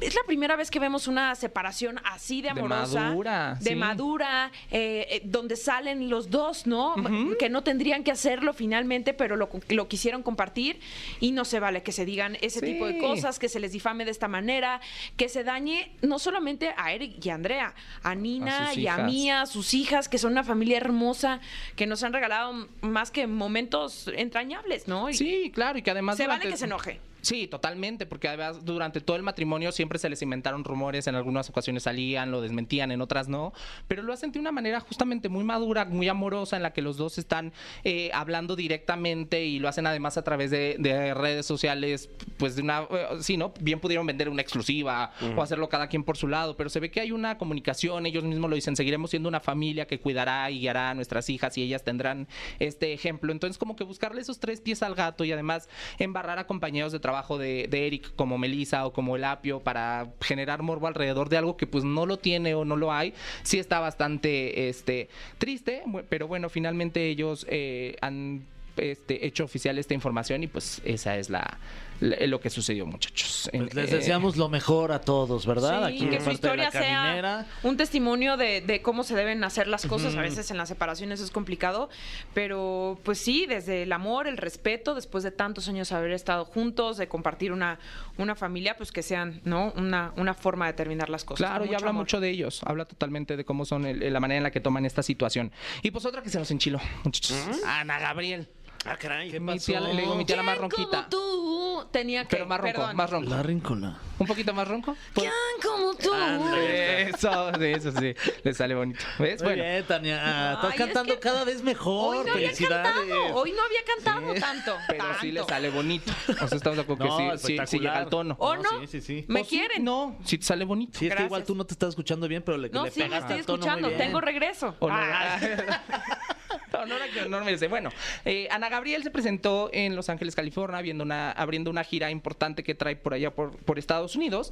Speaker 2: Es la primera vez que vemos una separación así de
Speaker 10: De
Speaker 2: amorosa,
Speaker 10: madura,
Speaker 2: de
Speaker 10: sí.
Speaker 2: madura, eh, eh, donde salen los dos, ¿no? Que no tendrían que hacerlo finalmente, pero lo, lo quisieron compartir y no se vale que se digan ese
Speaker 10: Sí.
Speaker 2: tipo de cosas, que se les difame de esta manera, que se dañe no solamente a Eric y a Andrea, a Nina
Speaker 10: sus
Speaker 2: y a
Speaker 10: hijas.
Speaker 2: Mía, sus hijas, que son una familia hermosa, que nos han regalado m- más que momentos entrañables, ¿no? Y
Speaker 10: Sí, claro, y que además...
Speaker 2: se vale
Speaker 10: durante-
Speaker 2: que se enoje.
Speaker 10: Sí, totalmente, porque además durante todo el matrimonio siempre se les inventaron rumores, en algunas ocasiones salían, lo desmentían, en otras no, pero lo hacen de una manera justamente muy madura, muy amorosa, en la que los dos están eh, hablando directamente y lo hacen además a través de, de redes sociales, pues de una, eh, sí, ¿no? Bien pudieron vender una exclusiva o hacerlo cada quien por su lado, pero se ve que hay una comunicación, ellos mismos lo dicen, seguiremos siendo una familia que cuidará y guiará a nuestras hijas y ellas tendrán este ejemplo. Entonces, como que buscarle esos tres pies al gato y además embarrar a compañeros de trabajo de, de Eric como Melissa o como El Apio para generar morbo alrededor de algo que pues no lo tiene o no lo hay, sí está bastante este, triste, bu- pero bueno, finalmente ellos eh, han este, hecho oficial esta información y pues esa es la, l- lo que sucedió, muchachos. En-
Speaker 4: Pues les
Speaker 10: eh,
Speaker 4: deseamos lo mejor a todos, ¿verdad?
Speaker 2: Sí,
Speaker 4: Aquí de
Speaker 2: que su
Speaker 4: parte de la
Speaker 2: historia sea
Speaker 4: caminera.
Speaker 2: un testimonio de, de cómo se deben hacer las cosas. A veces en las separaciones es complicado, pero pues sí, desde el amor, el respeto, después de tantos años de haber estado juntos, de compartir una, una familia, pues que sean, ¿no? Una, una forma de terminar las cosas.
Speaker 10: Claro,
Speaker 2: Con
Speaker 10: y habla
Speaker 2: amor.
Speaker 10: mucho de ellos, habla totalmente de cómo son, el- la manera en la que toman esta situación. Y pues otra que se nos enchiló, muchachos.
Speaker 2: Mm.
Speaker 10: Ana Gabriel.
Speaker 3: Ah, caray.
Speaker 10: Mi tía- le digo mi tía la más
Speaker 2: ¿Quién
Speaker 10: ronquita.
Speaker 2: como tú tenía que...
Speaker 10: Pero más ronco,
Speaker 2: perdón.
Speaker 10: más ronco.
Speaker 4: La rincola.
Speaker 10: Un poquito más ronco.
Speaker 2: ¿Quién como tú?
Speaker 10: Eso, de eso sí, le sale bonito. ¿Ves?
Speaker 4: Muy
Speaker 10: Bueno,
Speaker 4: bien, Tania. Ah, Estás
Speaker 2: Ay, es
Speaker 4: cantando
Speaker 2: que
Speaker 4: cada vez mejor.
Speaker 2: Hoy no había
Speaker 4: Felicidades.
Speaker 2: cantado, hoy no había cantado tanto.
Speaker 10: pero sí le
Speaker 2: tanto.
Speaker 10: sale bonito. O sea, estamos de acuerdo que
Speaker 4: No,
Speaker 10: sí- sí, sí,
Speaker 4: espectacular.
Speaker 10: llega al tono.
Speaker 2: ¿O
Speaker 4: No,
Speaker 2: no?
Speaker 4: sí, sí, sí.
Speaker 2: ¿Me
Speaker 10: O sí,
Speaker 2: quieren?
Speaker 10: no, si te sale bonito.
Speaker 4: Sí, es que
Speaker 2: Gracias.
Speaker 4: igual tú no te estás escuchando bien, pero le,
Speaker 2: No,
Speaker 4: le
Speaker 2: sí, me
Speaker 4: pegaste
Speaker 2: estoy
Speaker 4: al tono muy
Speaker 2: escuchando.
Speaker 4: bien.
Speaker 2: Tengo regreso. Ah.
Speaker 10: Honor a quien honor merece. Bueno, eh, Ana Gabriel se presentó en Los Ángeles, California, viendo una, abriendo una gira importante que trae por allá por, por Estados Unidos.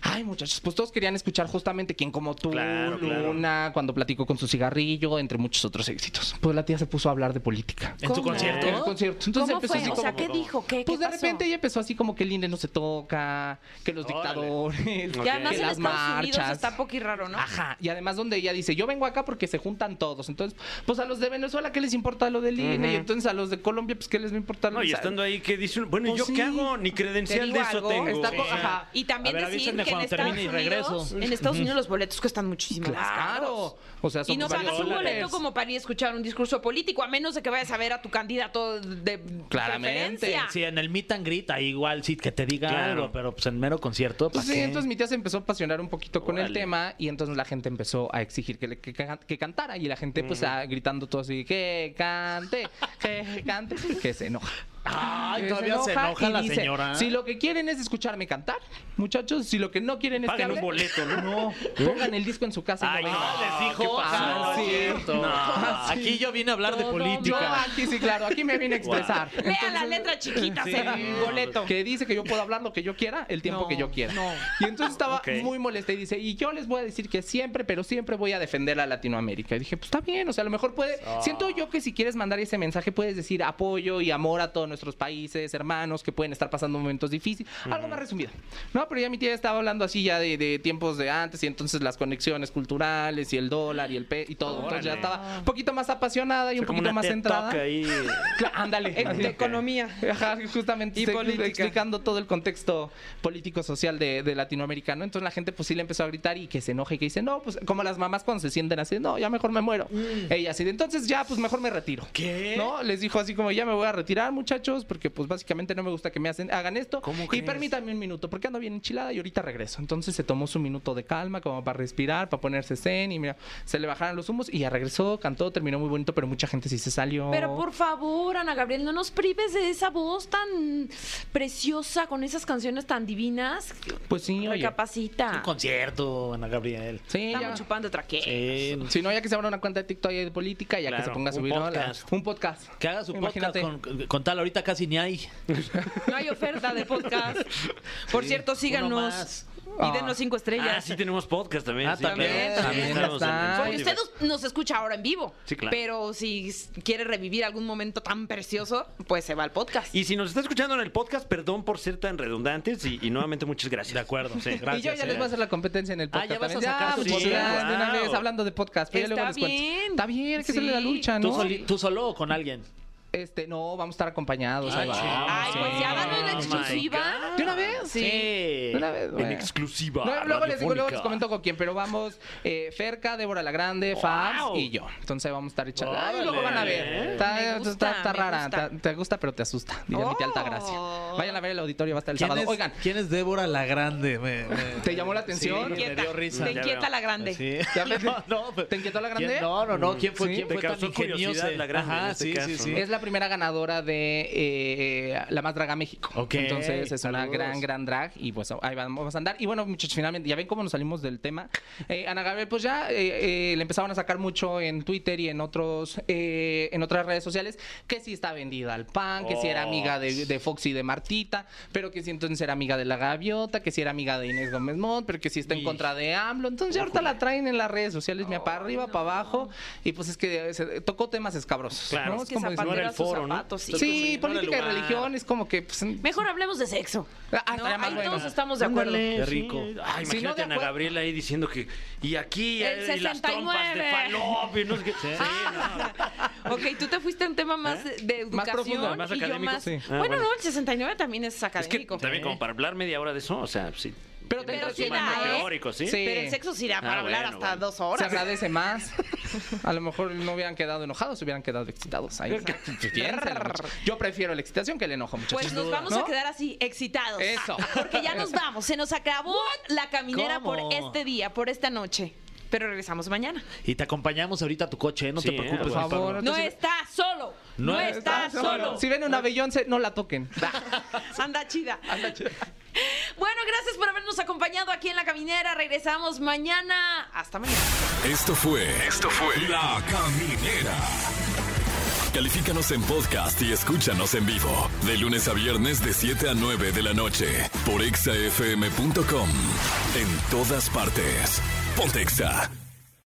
Speaker 10: Ay, muchachos, pues todos querían escuchar justamente quien como tú,
Speaker 3: Claro, claro.
Speaker 10: Luna, cuando platicó con su cigarrillo, entre muchos otros éxitos. Pues la tía se puso a hablar de política.
Speaker 3: ¿En su
Speaker 2: ¿Cómo?
Speaker 3: concierto?
Speaker 10: En el concierto. Entonces
Speaker 2: ¿Cómo
Speaker 10: empezó
Speaker 2: fue?
Speaker 10: así
Speaker 2: o sea,
Speaker 10: como-
Speaker 2: ¿qué dijo? ¿Qué,
Speaker 10: Pues
Speaker 2: qué
Speaker 10: de
Speaker 2: pasó?
Speaker 10: repente ella empezó así como que el INE no se toca, que los
Speaker 3: Órale.
Speaker 10: dictadores,
Speaker 3: Ok.
Speaker 2: Que además
Speaker 10: que
Speaker 2: en Estados
Speaker 10: las
Speaker 2: Unidos
Speaker 10: marchas.
Speaker 2: está un poquito raro, ¿no?
Speaker 10: Ajá, y además donde ella dice, yo vengo acá porque se juntan todos. Entonces, pues a los de Venezuela, ¿qué les importa lo del INE? Y entonces a los de Colombia, pues ¿qué les va a importar?
Speaker 3: No, y
Speaker 10: O sea,
Speaker 3: estando ahí, ¿qué dice? uno? Bueno, ¿y
Speaker 10: Pues
Speaker 3: yo
Speaker 10: sí.
Speaker 3: qué hago? Ni
Speaker 10: ¿Te
Speaker 3: credencial
Speaker 10: digo
Speaker 3: de eso
Speaker 10: algo?
Speaker 3: tengo.
Speaker 10: Está co-
Speaker 3: O sea,
Speaker 10: ajá.
Speaker 2: Y también
Speaker 4: A ver,
Speaker 2: decir
Speaker 4: avísenme
Speaker 2: que en
Speaker 4: cuando
Speaker 2: Estados,
Speaker 4: termine y
Speaker 2: Unidos,
Speaker 4: regreso.
Speaker 2: en Estados Unidos los boletos cuestan muchísimo más caros.
Speaker 10: Claro. O sea, son
Speaker 2: y no pagas un
Speaker 10: varios
Speaker 2: boleto
Speaker 10: dólares.
Speaker 2: como para ir a escuchar un discurso político, a menos de que vayas a ver a tu candidato de
Speaker 10: Claramente,
Speaker 2: preferencia.
Speaker 4: Sí, en el meet and greet, ahí igual sí que te diga
Speaker 3: Claro.
Speaker 4: algo, pero pues en mero concierto. ¿pa'
Speaker 10: Pues sí,
Speaker 4: qué?
Speaker 10: entonces mi tía se empezó a apasionar un poquito con el
Speaker 4: Órale.
Speaker 10: tema y entonces la gente empezó a exigir que, le- que, ca- que cantara y la gente pues a- gritando todo así, que cante, que cante, que se enoja.
Speaker 4: Ay,
Speaker 10: Que
Speaker 4: todavía se enoja
Speaker 10: y
Speaker 4: la
Speaker 10: dice,
Speaker 4: señora.
Speaker 10: Si lo que quieren es escucharme cantar, muchachos, si lo que no quieren es
Speaker 3: Paguen
Speaker 10: que
Speaker 3: un
Speaker 10: hable,
Speaker 3: boleto, ¿no?
Speaker 10: pongan el disco en su casa. y
Speaker 3: Ay,
Speaker 10: lo vengan.
Speaker 3: no, Ah,
Speaker 4: les dijo,
Speaker 10: ¿qué pasó?
Speaker 4: ah, no,
Speaker 10: Sí.
Speaker 4: es cierto.
Speaker 3: No,
Speaker 4: Aquí yo vine a hablar de
Speaker 10: Todo
Speaker 4: política.
Speaker 10: Yo aquí sí, claro, aquí me vine a expresar.
Speaker 2: Vean la letra chiquita,
Speaker 10: Sí.
Speaker 2: se va un boleto.
Speaker 10: Que dice que yo puedo hablar lo que yo quiera, el tiempo
Speaker 2: No,
Speaker 10: que yo quiera.
Speaker 2: no.
Speaker 10: Y entonces estaba
Speaker 3: Ok.
Speaker 10: muy molesta y dice, y yo les voy a decir que siempre, pero siempre voy a defender a Latinoamérica. Y dije, pues está bien, o sea, a lo mejor puede...
Speaker 3: Ah.
Speaker 10: Siento yo que si quieres mandar ese mensaje, puedes decir apoyo y amor a todos nuestros países, hermanos, que pueden estar pasando momentos difíciles. Algo más resumido. No, pero ya mi tía estaba hablando así ya de, de tiempos de antes y entonces las conexiones culturales y el dólar y el pe y todo. Entonces ya
Speaker 3: Órale.
Speaker 10: estaba un poquito más apasionada y un
Speaker 3: como
Speaker 10: poquito
Speaker 3: una
Speaker 10: más
Speaker 3: TED
Speaker 10: centrada.
Speaker 3: Talk ahí.
Speaker 10: Cla- Ándale.
Speaker 2: Eh, de economía.
Speaker 10: Ajá, justamente
Speaker 2: Y
Speaker 10: estoy
Speaker 2: política.
Speaker 10: explicando todo el contexto político-social de, de latinoamericano. Entonces la gente pues sí le empezó a gritar y que se enoje y que dice, no, pues como las mamás cuando se sienten así, no, ya mejor me muero. Ella así, de, entonces ya pues mejor me retiro.
Speaker 3: ¿Qué?
Speaker 10: ¿No? Les dijo así como, ya me voy a retirar muchachos porque pues básicamente no me gusta que me hacen, hagan esto.
Speaker 3: ¿Cómo
Speaker 10: y
Speaker 3: crees?
Speaker 10: permítanme un minuto porque ando bien enchilada y ahorita regreso. Entonces se tomó su minuto de calma como para respirar, para ponerse zen y mira, se le bajaron los humos y ya regresó, cantó, terminó muy bonito, pero mucha gente sí se salió.
Speaker 2: Pero por favor, Ana Gabriel, no nos prives de esa voz tan preciosa con esas canciones tan divinas.
Speaker 10: Pues sí, oye.
Speaker 2: Recapacita.
Speaker 4: Un concierto, Ana Gabriel.
Speaker 10: Sí, ya.
Speaker 2: Estamos chupando traque.
Speaker 4: Sí,
Speaker 2: pues,
Speaker 10: Si no, ya que se abra una cuenta de TikTok ahí de política, ya
Speaker 3: Claro,
Speaker 10: que se ponga a
Speaker 3: un
Speaker 10: subir ¿no? La-
Speaker 3: podcast.
Speaker 10: un podcast.
Speaker 4: Que haga su
Speaker 10: Imagínate.
Speaker 4: podcast con, con tal, ahorita casi ni hay.
Speaker 2: No hay oferta de podcast. Por cierto,
Speaker 4: Uno
Speaker 2: síganos
Speaker 4: más.
Speaker 2: y denos cinco estrellas.
Speaker 3: Ah, sí tenemos podcast también.
Speaker 4: Ah,
Speaker 3: sí,
Speaker 4: también,
Speaker 3: claro.
Speaker 10: también,
Speaker 3: Estamos en
Speaker 10: está.
Speaker 2: Porque
Speaker 3: Spotify.
Speaker 2: usted nos- nos escucha ahora en vivo.
Speaker 3: Sí, claro.
Speaker 2: Pero si s- quiere revivir algún momento tan precioso, pues se va al podcast.
Speaker 3: Y si nos está escuchando en el podcast, perdón por ser tan redundantes y, y nuevamente muchas gracias. De acuerdo, sí,
Speaker 10: y yo ya les voy a hacer la competencia en el podcast.
Speaker 4: eh. Ah, ya vas a
Speaker 10: también.
Speaker 4: sacar tu
Speaker 10: pues,
Speaker 3: podcast.
Speaker 10: ya, de una
Speaker 3: Wow.
Speaker 10: vez, hablando de podcast. Pero ya luego
Speaker 2: Está
Speaker 10: les cuento.
Speaker 2: bien.
Speaker 10: Está bien, hay que
Speaker 2: Sí.
Speaker 10: hacerle la
Speaker 2: Ah,
Speaker 10: lucha,
Speaker 4: ¿Tú,
Speaker 10: ¿no?
Speaker 4: soli- tú solo o con alguien?
Speaker 10: Este, no, vamos a estar acompañados. ahí va.
Speaker 2: Ay, pues ya danos una
Speaker 3: Oh my
Speaker 2: exclusiva.
Speaker 10: ¿De una vez?
Speaker 4: Sí.
Speaker 10: De una vez,
Speaker 1: En
Speaker 10: bueno.
Speaker 1: exclusiva.
Speaker 10: No, luego les digo, luego les
Speaker 1: radiofónica.
Speaker 10: comento con quién, pero vamos, eh, Ferca, Débora la Grande, Fabs y yo. Entonces vamos a estar echando. Ay, luego van a ver. Está,
Speaker 2: Me
Speaker 10: está-
Speaker 2: gusta,
Speaker 10: está
Speaker 2: me
Speaker 10: rara.
Speaker 2: gusta.
Speaker 10: Está- te gusta, pero te asusta. Diría mi tía alta gracia.
Speaker 2: Oh.
Speaker 10: Vayan a ver el auditorio, va a estar el
Speaker 4: ¿Quién
Speaker 10: sábado.
Speaker 4: es,
Speaker 10: Oigan,
Speaker 4: ¿Quién es Débora la Grande? Me- me-
Speaker 10: ¿te llamó la
Speaker 4: Sí,
Speaker 10: atención?
Speaker 4: me
Speaker 2: Inquieta.
Speaker 4: dio risa.
Speaker 2: Te
Speaker 4: Ya
Speaker 2: inquieta
Speaker 3: veo.
Speaker 2: la grande.
Speaker 4: Sí.
Speaker 10: ¿Ya ves?
Speaker 4: No, no, pero-
Speaker 10: ¿Te inquietó la grande?
Speaker 4: ¿Quién- No, no, no. ¿Quién fue,
Speaker 10: Sí.
Speaker 4: quién
Speaker 3: Te
Speaker 4: fue tan
Speaker 3: causó curiosidad
Speaker 4: ingenioso?
Speaker 3: la grande
Speaker 4: Ajá,
Speaker 3: en este
Speaker 4: sí, sí,
Speaker 3: caso,
Speaker 4: sí.
Speaker 3: ¿no?
Speaker 10: Es la primera ganadora de eh, eh, La Más Draga México.
Speaker 4: Ok,
Speaker 10: Entonces es una
Speaker 4: saludos.
Speaker 10: gran, gran drag. Y pues ahí vamos a andar. Y bueno, muchachos, finalmente, ya ven cómo nos salimos del tema. Eh, Ana Gabriel, pues ya eh, eh, le empezaban a sacar mucho en Twitter y en otros eh, en otras redes sociales que sí está vendida al pan, que sí era
Speaker 3: Oh.
Speaker 10: amiga de, de Fox y de Martita, pero que sí entonces era amiga de la gaviota, que sí era amiga de Inés Gómez Mont, pero que sí está en contra de AMLO. Entonces ya ahorita la traen en las redes sociales, mira, para arriba, para abajo. Y pues es que se- tocó temas escabrosos.
Speaker 3: Claro.
Speaker 10: ¿no?
Speaker 3: Es
Speaker 2: que
Speaker 10: dicen,
Speaker 2: Zapatero
Speaker 3: No era el
Speaker 2: a sus
Speaker 3: foro, ¿no?
Speaker 2: zapatos. pues, sí.
Speaker 10: Sí, política y
Speaker 9: lugar.
Speaker 10: religión es como que... pues,
Speaker 2: Mejor hablemos de sexo.
Speaker 10: Ah, ah,
Speaker 2: ¿no?
Speaker 10: estaría más
Speaker 2: Ahí
Speaker 10: bueno.
Speaker 2: todos estamos de acuerdo.
Speaker 5: Ándale,
Speaker 9: Qué
Speaker 5: sí.
Speaker 9: rico. Ay, imagínate
Speaker 10: Si no, de
Speaker 9: a Ana
Speaker 10: acuerdo.
Speaker 9: Gabriela ahí diciendo que. Y aquí,
Speaker 2: El
Speaker 9: eh, y las trompas de
Speaker 2: 69.
Speaker 9: Falopio. No sé qué.
Speaker 2: Ok, tú te fuiste a un tema más de educación
Speaker 10: profundo,
Speaker 9: más
Speaker 2: y yo
Speaker 9: académico,
Speaker 2: más...
Speaker 9: sí.
Speaker 2: bueno,
Speaker 3: bueno.
Speaker 2: no, el 69 también es
Speaker 9: Es que
Speaker 2: académico.
Speaker 9: también, como para hablar media hora de eso, o sea, sí.
Speaker 10: Pero
Speaker 9: Tiene
Speaker 2: tendrás
Speaker 9: su
Speaker 2: que
Speaker 9: mando
Speaker 2: dar, ¿eh?
Speaker 9: teórico, ¿sí?
Speaker 10: Sí.
Speaker 2: Pero el sexo sí da para
Speaker 9: Ah,
Speaker 2: hablar
Speaker 9: bueno,
Speaker 2: hasta
Speaker 9: bueno.
Speaker 2: dos horas.
Speaker 10: Se agradece más. A lo mejor no hubieran quedado enojados, hubieran quedado excitados. Ahí está. Piénsenlo, muchachos. Yo prefiero la excitación que el enojo, muchachos.
Speaker 2: Pues nos vamos a quedar así, excitados. Ah,
Speaker 10: Eso.
Speaker 2: Porque ya nos vamos. Se nos acabó la caminera
Speaker 4: ¿Cómo?
Speaker 2: por este día, por esta noche. Pero regresamos mañana.
Speaker 4: Y te acompañamos ahorita a tu coche, ¿eh? no
Speaker 9: Sí,
Speaker 4: te
Speaker 9: ¿eh?
Speaker 4: preocupes.
Speaker 9: Por
Speaker 4: mi
Speaker 10: favor.
Speaker 4: Pablo.
Speaker 2: No
Speaker 10: Entonces-
Speaker 2: está solo. No,
Speaker 4: No
Speaker 2: está, solo.
Speaker 10: Si ven una Beyoncé, no la toquen.
Speaker 2: Anda chida. Bueno, gracias por habernos acompañado aquí en la caminera. Regresamos mañana. Hasta mañana.
Speaker 1: Esto fue. Esto fue. La Caminera. Califícanos en podcast y escúchanos en vivo. De lunes a viernes, de 7 a 9 de la noche. Por exafm.com. En todas partes. Pontexa.